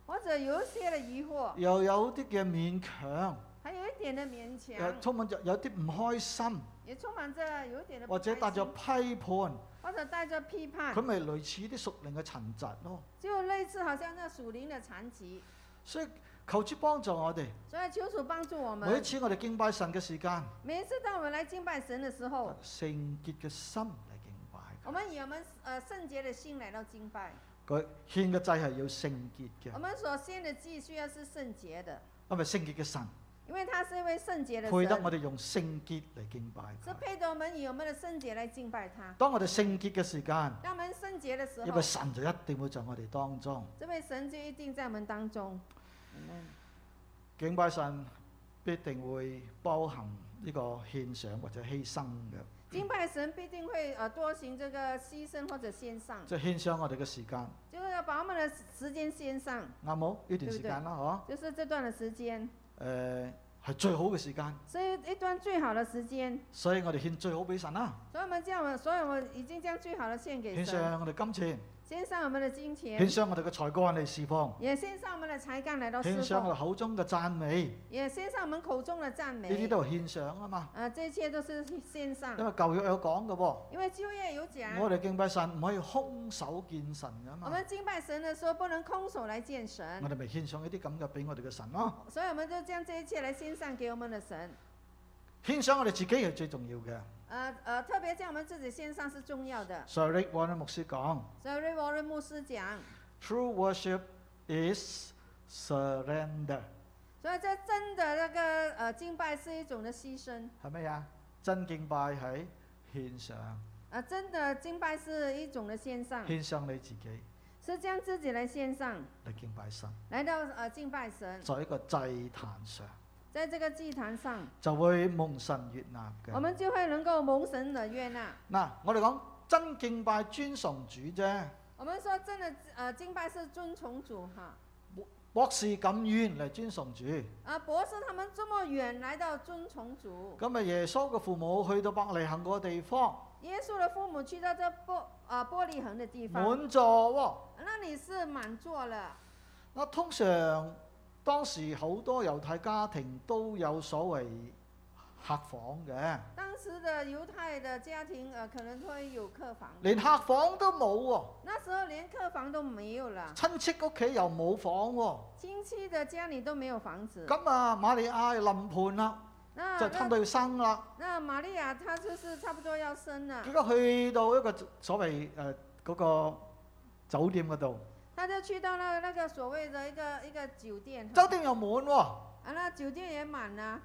S2: 或者有一些的疑惑，
S1: 又有啲嘅勉強，
S2: 还有一点的勉
S1: 誒、
S2: 强，
S1: 充滿着有啲唔開心，
S2: 也充满着有一点的不
S1: 或者帶
S2: 开
S1: 着
S2: 心，
S1: 批判，
S2: 或者带着批判
S1: 佢，咪類似啲屬靈嘅殘疾咯。
S2: 就类似好像那属灵的残疾。
S1: 所以求主幫助我哋，
S2: 所以求主帮助我
S1: 每一
S2: 们，
S1: 次我哋敬拜神嘅時間，
S2: 每一次当我们来敬拜神的时候，
S1: 聖潔嘅心嚟敬拜
S2: 我
S1: 佢。
S2: 们以我们呃圣洁的心来到敬拜，
S1: 佢獻嘅祭係要聖潔嘅
S2: 我，们所献的祭需要是圣洁的，
S1: 因為聖潔嘅神。
S2: 因为他是一位圣洁的
S1: 配得
S2: 神，
S1: 我哋用聖潔嚟敬拜
S2: 是
S1: 佢。
S2: 配得我们以我们的圣洁来敬拜他。
S1: 當我哋聖潔嘅時間，
S2: 当我们圣洁的时
S1: 因
S2: 候
S1: 為，神就一定會在我哋當中
S2: 这位神就一定在我们当中。
S1: 敬拜神，必定會包含呢個獻上或者犧牲嘅，
S2: 敬拜神必定会呃多行这个牺牲或者献上，
S1: 即係獻上我哋嘅時間，
S2: 就是要把我们的时间献上，
S1: 啱冇？呢段時間啦，嗬？
S2: 就是这段的时间
S1: 誒係最好嘅時間，
S2: 是一段最好的时间。
S1: 所以我哋獻最好俾神啦，
S2: 所以我们这样，我所以我已经将最好的献给
S1: 獻
S2: 神，
S1: 上我哋金錢，
S2: 献上我们的金
S1: 獻
S2: 钱，
S1: 上我哋嘅才幹嚟侍奉，
S2: 也献上我们的才干来到
S1: 獻
S2: 侍
S1: 上我
S2: 奉，
S1: 哋口中嘅讚美，
S2: 也献上我们口中的赞
S1: 呢啲
S2: 美。
S1: 都係獻上啊嘛。
S2: 啊，这些都是献上
S1: 因，為舊約有講嘅喎。
S2: 因为就业有讲，
S1: 我哋敬拜神唔可以空手見神噶
S2: 我
S1: 嘛，
S2: 们敬拜神的时候不能空手来见神
S1: 我。哋咪獻上一啲咁嘅俾我哋嘅神咯。
S2: 哦所以我们就将这一切来献上给我们的神，
S1: 獻上我哋自己係最重要嘅。
S2: 呃呃，特别将我们自己献上是重要的。
S1: Sir Rick Warren 牧師講
S2: 所以 Ray Warren 牧师讲，
S1: ：True worship is surrender，
S2: 所以这真的那个呃敬拜是一种的牺牲，
S1: 係咪啊？真敬拜係獻上，
S2: 呃，真的敬拜是一种的献上，
S1: 獻上你自己
S2: 是将自己来献上，
S1: 嚟敬拜神，
S2: 来到呃敬拜神，
S1: 在一個祭壇上
S2: 在这个祭坛上，
S1: 就會蒙神悅納
S2: 我
S1: 嘅。
S2: 们就会能够蒙神的悦纳。
S1: 嗱，我哋講真敬拜尊崇主啫，
S2: 我们说真的，呃，敬拜是尊崇主哈，
S1: 博士咁遠嚟尊崇主。
S2: 啊，博士他们这么远来到尊崇主，
S1: 咁啊，耶穌嘅父母去到伯利恆嗰個地方，
S2: 耶稣的父母去到这玻啊玻璃恒的地方，
S1: 滿座喎。
S2: 那里是满座了。
S1: 嗱，通常當時好多猶太家庭都有所謂客房嘅，
S2: 当时的犹太的家庭呃可能会有客房，
S1: 連客房都冇
S2: 那时候连客房都没有了
S1: 喎，，親戚屋企又冇房喎。
S2: 亲戚的家里都没有房子。
S1: 咁啊，瑪利亞臨盆啦，
S2: 那
S1: 就差唔
S2: 那
S1: 多要生啦。
S2: 那玛利亞她就是差不多要生了，
S1: 結果去到一個所謂誒嗰個酒店嗰度，
S2: 她就去到那那个所谓的一个一个酒店，
S1: 酒店又滿喎。
S2: 啊那酒店也满了，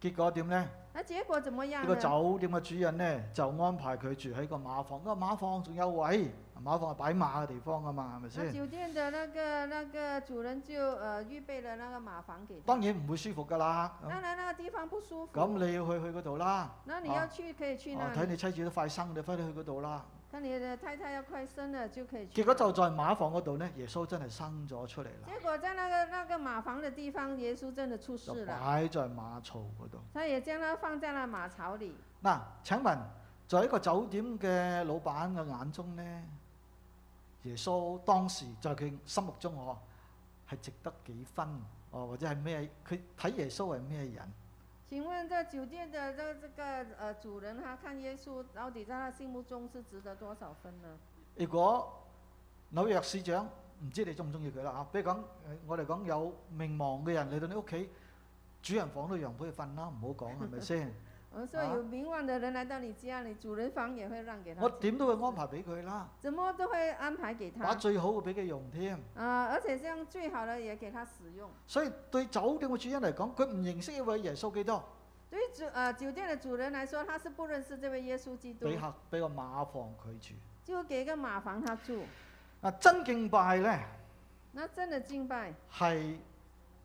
S1: 結果點呢？
S2: 那结果怎么
S1: 呢
S2: 样
S1: 個
S2: 呢？
S1: 酒店嘅主人呢，就安排佢住喺個馬房，個馬房仲有位，馬房係擺馬嘅地方啊嘛，係咪
S2: 那
S1: 先？
S2: 酒店的那个那个主人就呃预备了那个马房给她，
S1: 當然唔會舒服㗎啦。咁
S2: 当然那个地方不舒服。
S1: 咁你要去去嗰度啦，
S2: 那你
S1: 啊
S2: 要去可以去
S1: 哦
S2: 那
S1: 睇
S2: 里，
S1: 你妻子都快生，你快啲去嗰度啦。
S2: 看你的太太要快生了就可以去
S1: 結果
S2: 那里。
S1: 就在馬房嗰度呢，耶穌真係生咗出嚟啦，
S2: 结果在那个那个马房的地方，耶稣真的出
S1: 就
S2: 事了，
S1: 擺在馬槽嗰度。
S2: 他也将他放在了马槽里。
S1: 嗱，請問在一個酒店嘅老闆嘅眼中呢，耶穌當時在佢心目中哦係值得幾分哦，或者係咩？佢睇耶穌係咩人？
S2: 请问这酒店的这这个呃主人他看耶稣到底在他心目中是值得多少分呢？
S1: 如果紐約市長唔知你中唔中意佢啦嚇。比如講，誒我哋講有名望嘅人嚟到你屋企，主人房都讓俾佢瞓啦，唔好講係咪先？
S2: 我说
S1: 啊
S2: 呃有名望的人来到你家里，主人房也会让给
S1: 我
S2: 他，
S1: 點都會安排俾佢啦，
S2: 怎么都会安排给
S1: 把
S2: 他
S1: 最好嘅俾佢用添。
S2: 啊，而且这样最好的也给他使用。
S1: 所以對酒店嘅主人嚟講，佢唔認識一位耶穌基督，
S2: 对于主呃酒店的主人来说，他是不认识这位耶稣基督，
S1: 俾客俾個馬房佢住。
S2: 就给个马房他住。
S1: 嗱，真敬拜咧
S2: 那真的敬拜
S1: 係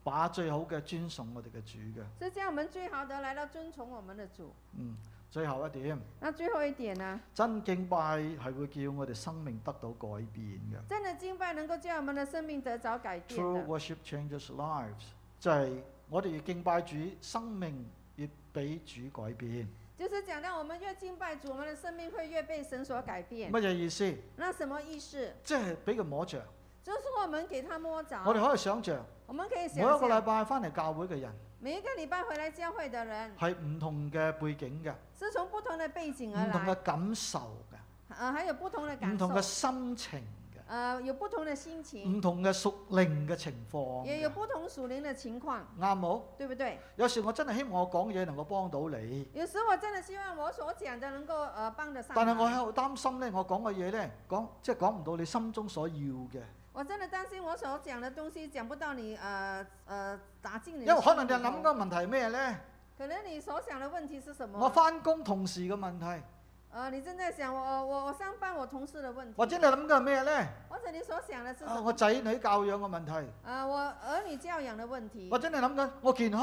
S1: 把最好嘅尊崇我哋嘅主嘅。
S2: 是叫我们最好的来到遵从我们的主。
S1: 嗯，最後一點，
S2: 那最后一点呢，
S1: 真敬拜係會叫我哋生命得到改變嘅。
S2: 真的敬拜能够叫我们的生命得着改变
S1: True
S2: 的。
S1: worship changes lives，就係我哋越敬拜主，生命越俾主改變。
S2: 就是讲到我们越敬拜主，我们的生命会越被神所改变。
S1: 乜嘢意思？
S2: 那什么意思？
S1: 即係俾佢摸着。
S2: 就是我们给他摸着，
S1: 我哋可以想像，
S2: 我们可以
S1: 每一個
S2: 想
S1: 禮
S2: 象，
S1: 拜翻嚟教會嘅人
S2: 每一个禮拜回来教会的人
S1: 係唔同嘅背景嘅，
S2: 是从不嗯同的背景而
S1: 唔同嘅
S2: 来，
S1: 感受嘅，
S2: 呃，还有不同的啊感
S1: 唔
S2: 受
S1: 同，嘅心情嘅，
S2: 呃，有不同的心情，
S1: 唔同嘅屬靈嘅情況
S2: 也有
S1: 嘅。
S2: 不同属灵的情况，
S1: 啱冇？
S2: 对不对？
S1: 有時我真係希望我講嘢能夠幫到你，
S2: 有时我真的希望我所讲的能够呃帮得上
S1: 但係我
S2: 忙，
S1: 喺度擔心咧，我講嘅嘢咧講即係講唔到你心中所要嘅。
S2: 我真的担心我所讲的东西讲不到你呃呃打进你
S1: 因
S2: 的
S1: 為
S2: 心
S1: 可
S2: 里
S1: 能你諗
S2: 头，
S1: 嘅問題係咩咧？
S2: 可能你所想的问题是什
S1: 我
S2: 么？
S1: 翻工同事嘅問題，
S2: 呃，你正在想我我我上班我同事的问题，
S1: 或者你諗嘅係咩咧？
S2: 或者你所想的是什
S1: 啊，
S2: 么？
S1: 我仔女教養嘅問題，
S2: 呃，我儿女教养的问题
S1: 或，者你諗緊我健康、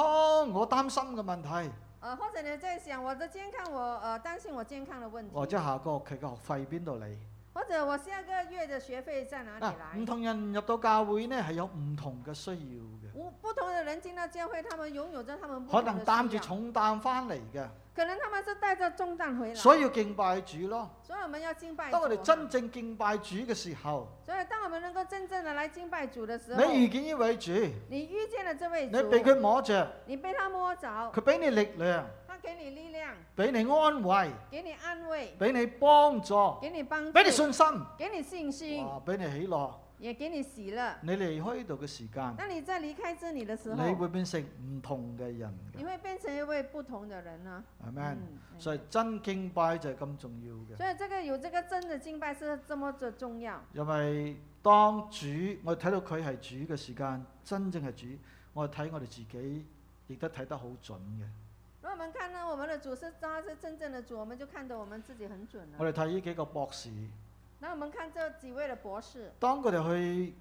S1: 我擔心嘅問題，
S2: 呃，或者你在想我的健康，我呃担心我健康的问题，
S1: 或者下個學期嘅學費邊度嚟？
S2: 或者我下个月的学费在哪里
S1: 嗱，啊唔
S2: 来？
S1: 同人入到教會呢係有唔同嘅需要嘅，
S2: 无不同的人进到教会，他们拥有着他们不
S1: 可
S2: 同的
S1: 能
S2: 需
S1: 擔住
S2: 要
S1: 重擔翻嚟嘅，
S2: 可能他们是带着重担回来，
S1: 所以要敬拜主咯。
S2: 所以我们要敬拜主。啊
S1: 當我哋真正敬拜主嘅時候，
S2: 所以当我们能够真正的来敬拜主的时候，
S1: 你遇見呢位主，你
S2: 你遇见了这位主，Oh。
S1: 被佢摸着，
S2: 你被他摸着，
S1: 佢俾你力量，
S2: 他给你力量，
S1: 俾你安慰，
S2: 给你安慰，
S1: 俾你幫助。
S2: 给你帮助，
S1: 俾你信心，
S2: 给你信心，
S1: 哇！俾你喜樂，
S2: 也给你喜乐。
S1: 你離開呢度嘅時間，
S2: 当你在离开这里的时候，
S1: 你會變成唔同嘅人
S2: 你
S1: 嘅
S2: 会变成一位不同的人呢、
S1: ，Amen。
S2: 嗯
S1: 所以真敬拜就係咁重要嘅，
S2: 所以这个有这个真的敬拜是这么的重要。
S1: 因為當主我哋睇到佢係主嘅時間，真正係主，我哋睇我哋自己亦都睇得好準嘅。
S2: 如果我们看到我们的主是他是真正的主，我们就看得我们自己很准
S1: 我
S2: 了。
S1: 哋睇呢幾個博士，
S2: 那我们看这几位的博士，
S1: 當佢哋去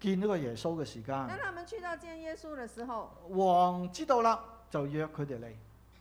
S1: 見呢個耶穌嘅時
S2: 当
S1: 間，
S2: 他们去到见耶稣的时候，
S1: 王知道啦，就約佢哋嚟，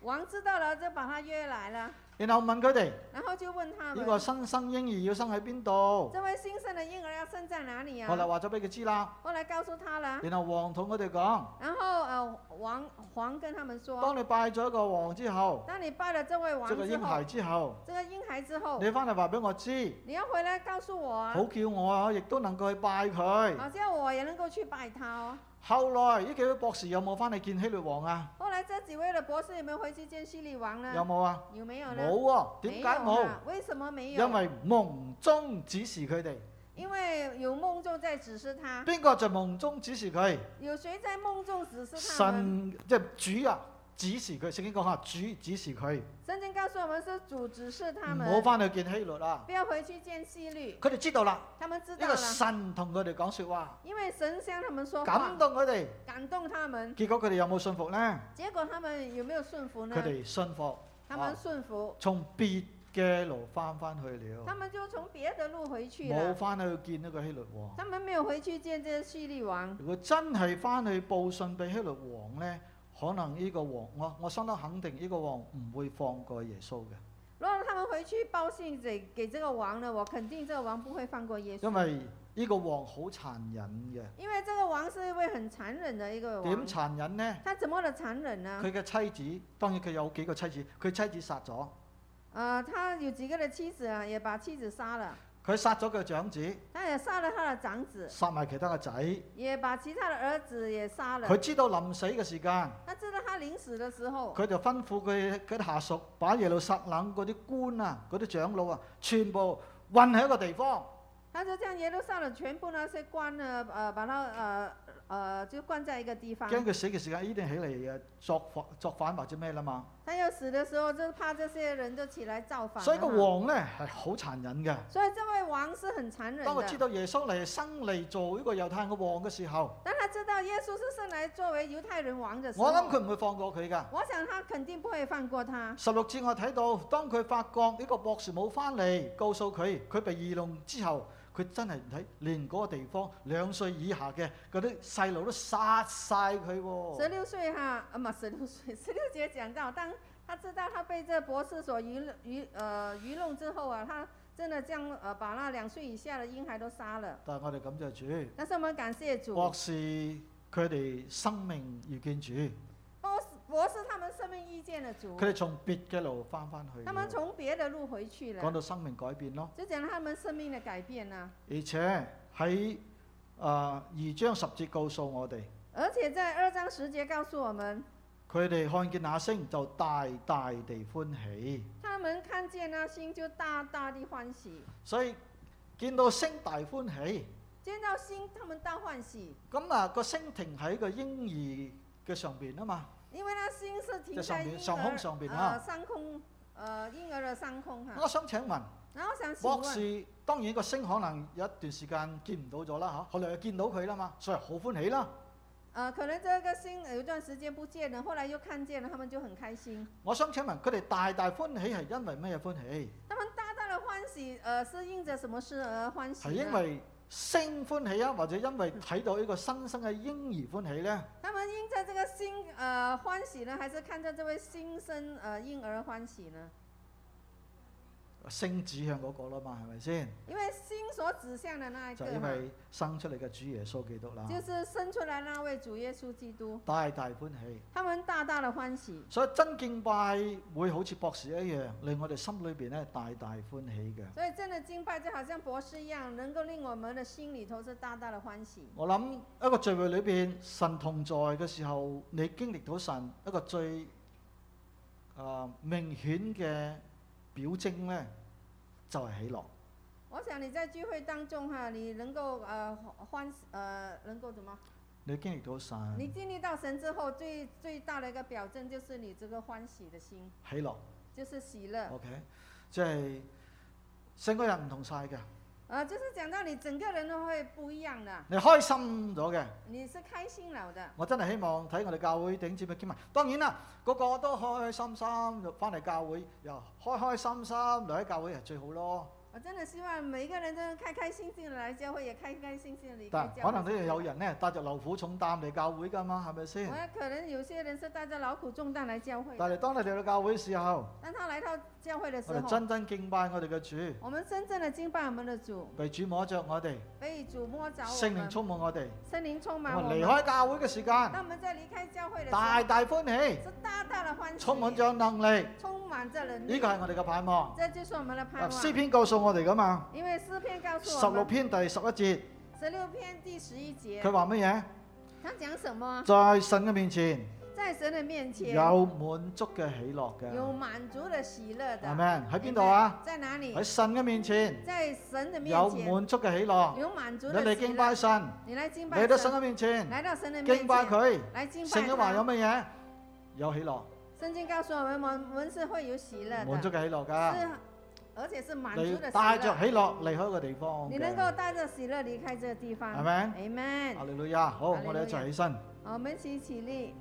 S2: 王知道了就把他约来了，
S1: 然後問佢哋
S2: 然后就问他
S1: 呢個
S2: 们，
S1: 新生嬰兒要生喺邊度？
S2: 这位新生的婴儿要生在哪里呀、
S1: 後來話咗俾佢知啦。
S2: 后来告诉他了，
S1: 然後王同我哋講：，
S2: 然后呃王王跟他们说，
S1: 當你拜咗一個王之後，
S2: 当你拜了这位王
S1: 即個
S2: 之
S1: 嬰
S2: 后
S1: 孩，之後，
S2: 这个婴孩之后，
S1: 你翻嚟話俾我知，
S2: 你要回来告诉我啊，
S1: 好叫我啊，亦都能夠去拜佢。
S2: 好像我也能够去拜他哦。
S1: 後來呢幾位博士有冇翻嚟見希律王啊？
S2: 后来这几位的博士有没有回去见西里王呢？
S1: 有冇啊？
S2: 有没有
S1: 冇
S2: 呢？
S1: 喎，點解
S2: 没有
S1: 冇？
S2: 啊为什么没有？
S1: 因為夢中指示佢哋，
S2: 因为有梦中在指示他，
S1: 邊個就夢中指示佢？
S2: 有谁在梦中指示他们？
S1: 神即係主啊，指示佢。聖經講下，啊主指示佢，
S2: 圣经告诉我们是主指示他
S1: 唔
S2: 们，
S1: 好翻去見希律啦。
S2: 不要回去见西律，
S1: 佢哋知道啦，
S2: 他们知
S1: 呢
S2: 道
S1: 個
S2: 了，
S1: 神同佢哋講説話，
S2: 因为神向他们说话
S1: 感，動佢哋。
S2: 感动他们，
S1: 結果佢哋有冇信服呢？
S2: 结果他们有没有顺服呢
S1: 佢？哋信服，
S2: 他
S1: 啊
S2: 们顺服，
S1: 從別嘅路翻翻去了
S2: 他，们就从别的路回去
S1: 冇
S2: 了，
S1: 翻去見呢個希律王。
S2: 他们没有回去见这西律王。
S1: 如果真係翻去報信俾希律王呢，可能呢個王，我我相當肯定呢個王唔會放過耶穌嘅，
S2: 如果他们回去报信给给这个王呢，我肯定这个王不会放过耶稣，
S1: 因為呢個王好殘忍
S2: 因为这个王是一位很残忍的一个
S1: 嘅。點
S2: 王。
S1: 殘忍呢？
S2: 他怎么的残忍呢？
S1: 佢嘅妻子，當然佢有幾個妻子，佢妻子殺咗，
S2: 呃，他有几个的妻子啊，也把妻子杀了，
S1: 佢殺咗佢長子，
S2: 他也杀了他的长子，
S1: 殺埋其他嘅仔。
S2: 也把其他的儿子也杀了。
S1: 佢知道臨死嘅時間。
S2: 他知道他临死的时候，
S1: 佢就吩咐佢佢啲下屬把耶路撒冷嗰啲官啊、嗰啲長老啊，全部運喺一個地方，
S2: 他就将耶路撒冷全部那些关呢，呃，把它呃呃就关在一个地方。
S1: 驚佢死嘅時間一定起嚟誒作反作反或者咩啦嘛。
S2: 他要死的时候，就是怕这些人就起来造反。啊
S1: 所以個，王咧係好殘忍嘅。
S2: 所以这位王是很残忍
S1: 當佢知
S2: 的。
S1: 道耶穌嚟生嚟做呢個猶太人嘅王嘅時候，
S2: 当他知道耶稣是生来作为犹太人王的时候，
S1: 我諗佢唔會放過佢㗎。
S2: 我想他肯定不会放过他。
S1: 十六節我睇到，當佢發覺呢個博士冇翻嚟，告訴佢佢被愚弄之後，佢真係睇連嗰個地方兩歲以下嘅嗰啲細路都殺晒佢
S2: 十
S1: 喎。
S2: 六岁哈，啊嘛，十六岁， (laughs) 十六节讲到，当他知道他被这博士所愚弄愚呃愚弄之后啊，他真的将呃把那两岁以下的婴孩都杀了。
S1: 但係我哋感謝主，
S2: 但是我们感谢主，
S1: 博士佢哋生命遇見主，
S2: 博士博士他们生命遇见了主，
S1: 佢哋從別嘅路翻翻去
S2: 他们
S1: 了。
S2: 从别的路回去
S1: 講
S2: 了，
S1: 到生命改變咯，
S2: 就讲他们生命的改变啊呢、
S1: 而且喺啊二章十節告訴我哋，
S2: 而且在二章十节告诉我们，
S1: 佢哋看見那星就大大地歡喜。
S2: 他们看见那星就大大的欢喜，
S1: 所以見到星大歡喜，
S2: 见到星他们大欢喜，
S1: 咁啊個星停喺個嬰兒嘅上邊啊嘛，
S2: 因为那星是停
S1: 就上
S2: 在
S1: 面
S2: 婴
S1: 上空
S2: 儿
S1: 上邊
S2: 呃
S1: 啊。
S2: 上空呃婴儿的上空哈。
S1: 我想請問
S2: 然后想请
S1: 博
S2: 问，
S1: 士，當然個星可能有一段時間見唔到咗啦嚇，後來又見到佢啦嘛，所以好歡喜啦。
S2: 呃，可能这个星有一段时间不见了，后来又看见了，他们就很开心。
S1: 我想請問佢哋大大歡喜係因為咩歡喜？
S2: 他们大大的欢喜，呃，是因着什么事而欢
S1: 係
S2: 喜呢？
S1: 因為星歡喜啊，或者因為睇到呢個新生嘅嬰兒歡喜呢？
S2: 他们因着这个星呃欢喜呢，还是看着这位新生呃婴儿欢喜呢？
S1: 星指向嗰個啦嘛，係咪先？
S2: 因为心所指向的那一
S1: 就
S2: 个
S1: 係因啊
S2: 嘛，
S1: 為生出嚟嘅主耶穌基督啦，
S2: 就是生出来那位主耶稣基督，
S1: 大大歡喜。
S2: 他们大大的欢喜。
S1: 所以真敬拜會好似博士一樣，令我哋心裏邊咧大大歡喜嘅。
S2: 所以真的敬拜就好像博士一样，能够令我们的心里头是大大的欢喜。
S1: 我諗一個聚會裏邊，神同在嘅時候，你經歷到神一個最啊、明顯嘅表徵咧，就係、喜樂。
S2: 我想你在聚会当中哈，你能够呃欢喜呃能够怎么？
S1: 你經歷到
S2: 你
S1: 神
S2: 经历到神之后，最最大的一个表征就是你这个欢喜的心，
S1: 喜樂
S2: 就是喜乐。
S1: ，OK，即係成個人唔同晒嘅，
S2: 呃，就是講到你整個人都會不一樣的，
S1: 你開心咗嘅。
S2: 你是開心了的。
S1: 我真係希望睇我哋教會頂尖嘅經文。當然啦，個個都開開心心，又翻嚟教會又開開心心，留喺教會係最好咯。
S2: 我真的希望每一個人都開開心心的來教會，也開開心心的離
S1: 但
S2: 開
S1: 可
S2: 教
S1: 能都
S2: 會。
S1: 有人咧帶着勞苦重擔嚟教會㗎嘛，係
S2: (laughs)
S1: 咪
S2: 我
S1: 先？
S2: 也可能有些人是帶着勞苦重擔來教會的，
S1: 但係當你哋到教會嘅時候，
S2: 當他來到教會的時
S1: 我哋
S2: 候，
S1: 真真敬拜我哋嘅主，
S2: 我們真正的敬拜我們的主，
S1: 被主摸着我哋，
S2: 被主摸着我
S1: 聖靈
S2: 們，
S1: 充滿我哋。
S2: 聖靈充
S1: 咁
S2: 滿
S1: 啊
S2: 我
S1: 離
S2: 們。
S1: 開教會嘅時間，
S2: 當我們在離開教會的時
S1: 大
S2: 候，
S1: 大歡喜，
S2: 是大大的歡喜，
S1: 充滿咗能力。
S2: 充滿着能
S1: 呢
S2: 力
S1: 個。係我哋嘅盼望。
S2: 這就是我們的
S1: 啊
S2: 盼
S1: 詩
S2: 望，
S1: 篇告訴我哋㗎嘛，
S2: 因為詩篇告訴
S1: 十
S2: 我
S1: 六
S2: 們，
S1: 篇第十一節，
S2: 十六篇第十一節
S1: 佢。話乜嘢？
S2: 他讲什么？
S1: 在神嘅面前。
S2: 在神的面前
S1: 有滿足嘅喜樂
S2: 有
S1: 嘅，
S2: 满足的喜乐的。
S1: 係咪？喺邊度啊？？
S2: 在哪里
S1: 喺？神嘅面前
S2: 在神的面
S1: 有
S2: 前
S1: 滿足嘅喜樂，
S2: 有满足
S1: 你
S2: 的
S1: 哋
S2: 喜
S1: 敬
S2: 乐。
S1: 拜神，
S2: 你来敬
S1: 你
S2: 拜
S1: 到神
S2: 神，
S1: 嘅面前
S2: 来到神的面
S1: 敬
S2: 前，
S1: 拜佢。
S2: 来敬拜
S1: 聖經話有
S2: 他。
S1: 乜嘢？有喜樂，
S2: 圣经告诉我们，我们我们是会有喜乐
S1: 滿足
S2: 的，
S1: 嘅喜樂㗎。
S2: 是，而且是满足
S1: 你
S2: 的喜
S1: 帶着
S2: 乐。
S1: 喜樂離開個地方
S2: 你能夠
S1: 嘅，
S2: 带着喜樂離開這個地方。
S1: 係咪？
S2: Amen
S1: 阿。利路亞，好，
S2: 哈利路亞
S1: 我哋一齊起身。
S2: 好我们一起起立。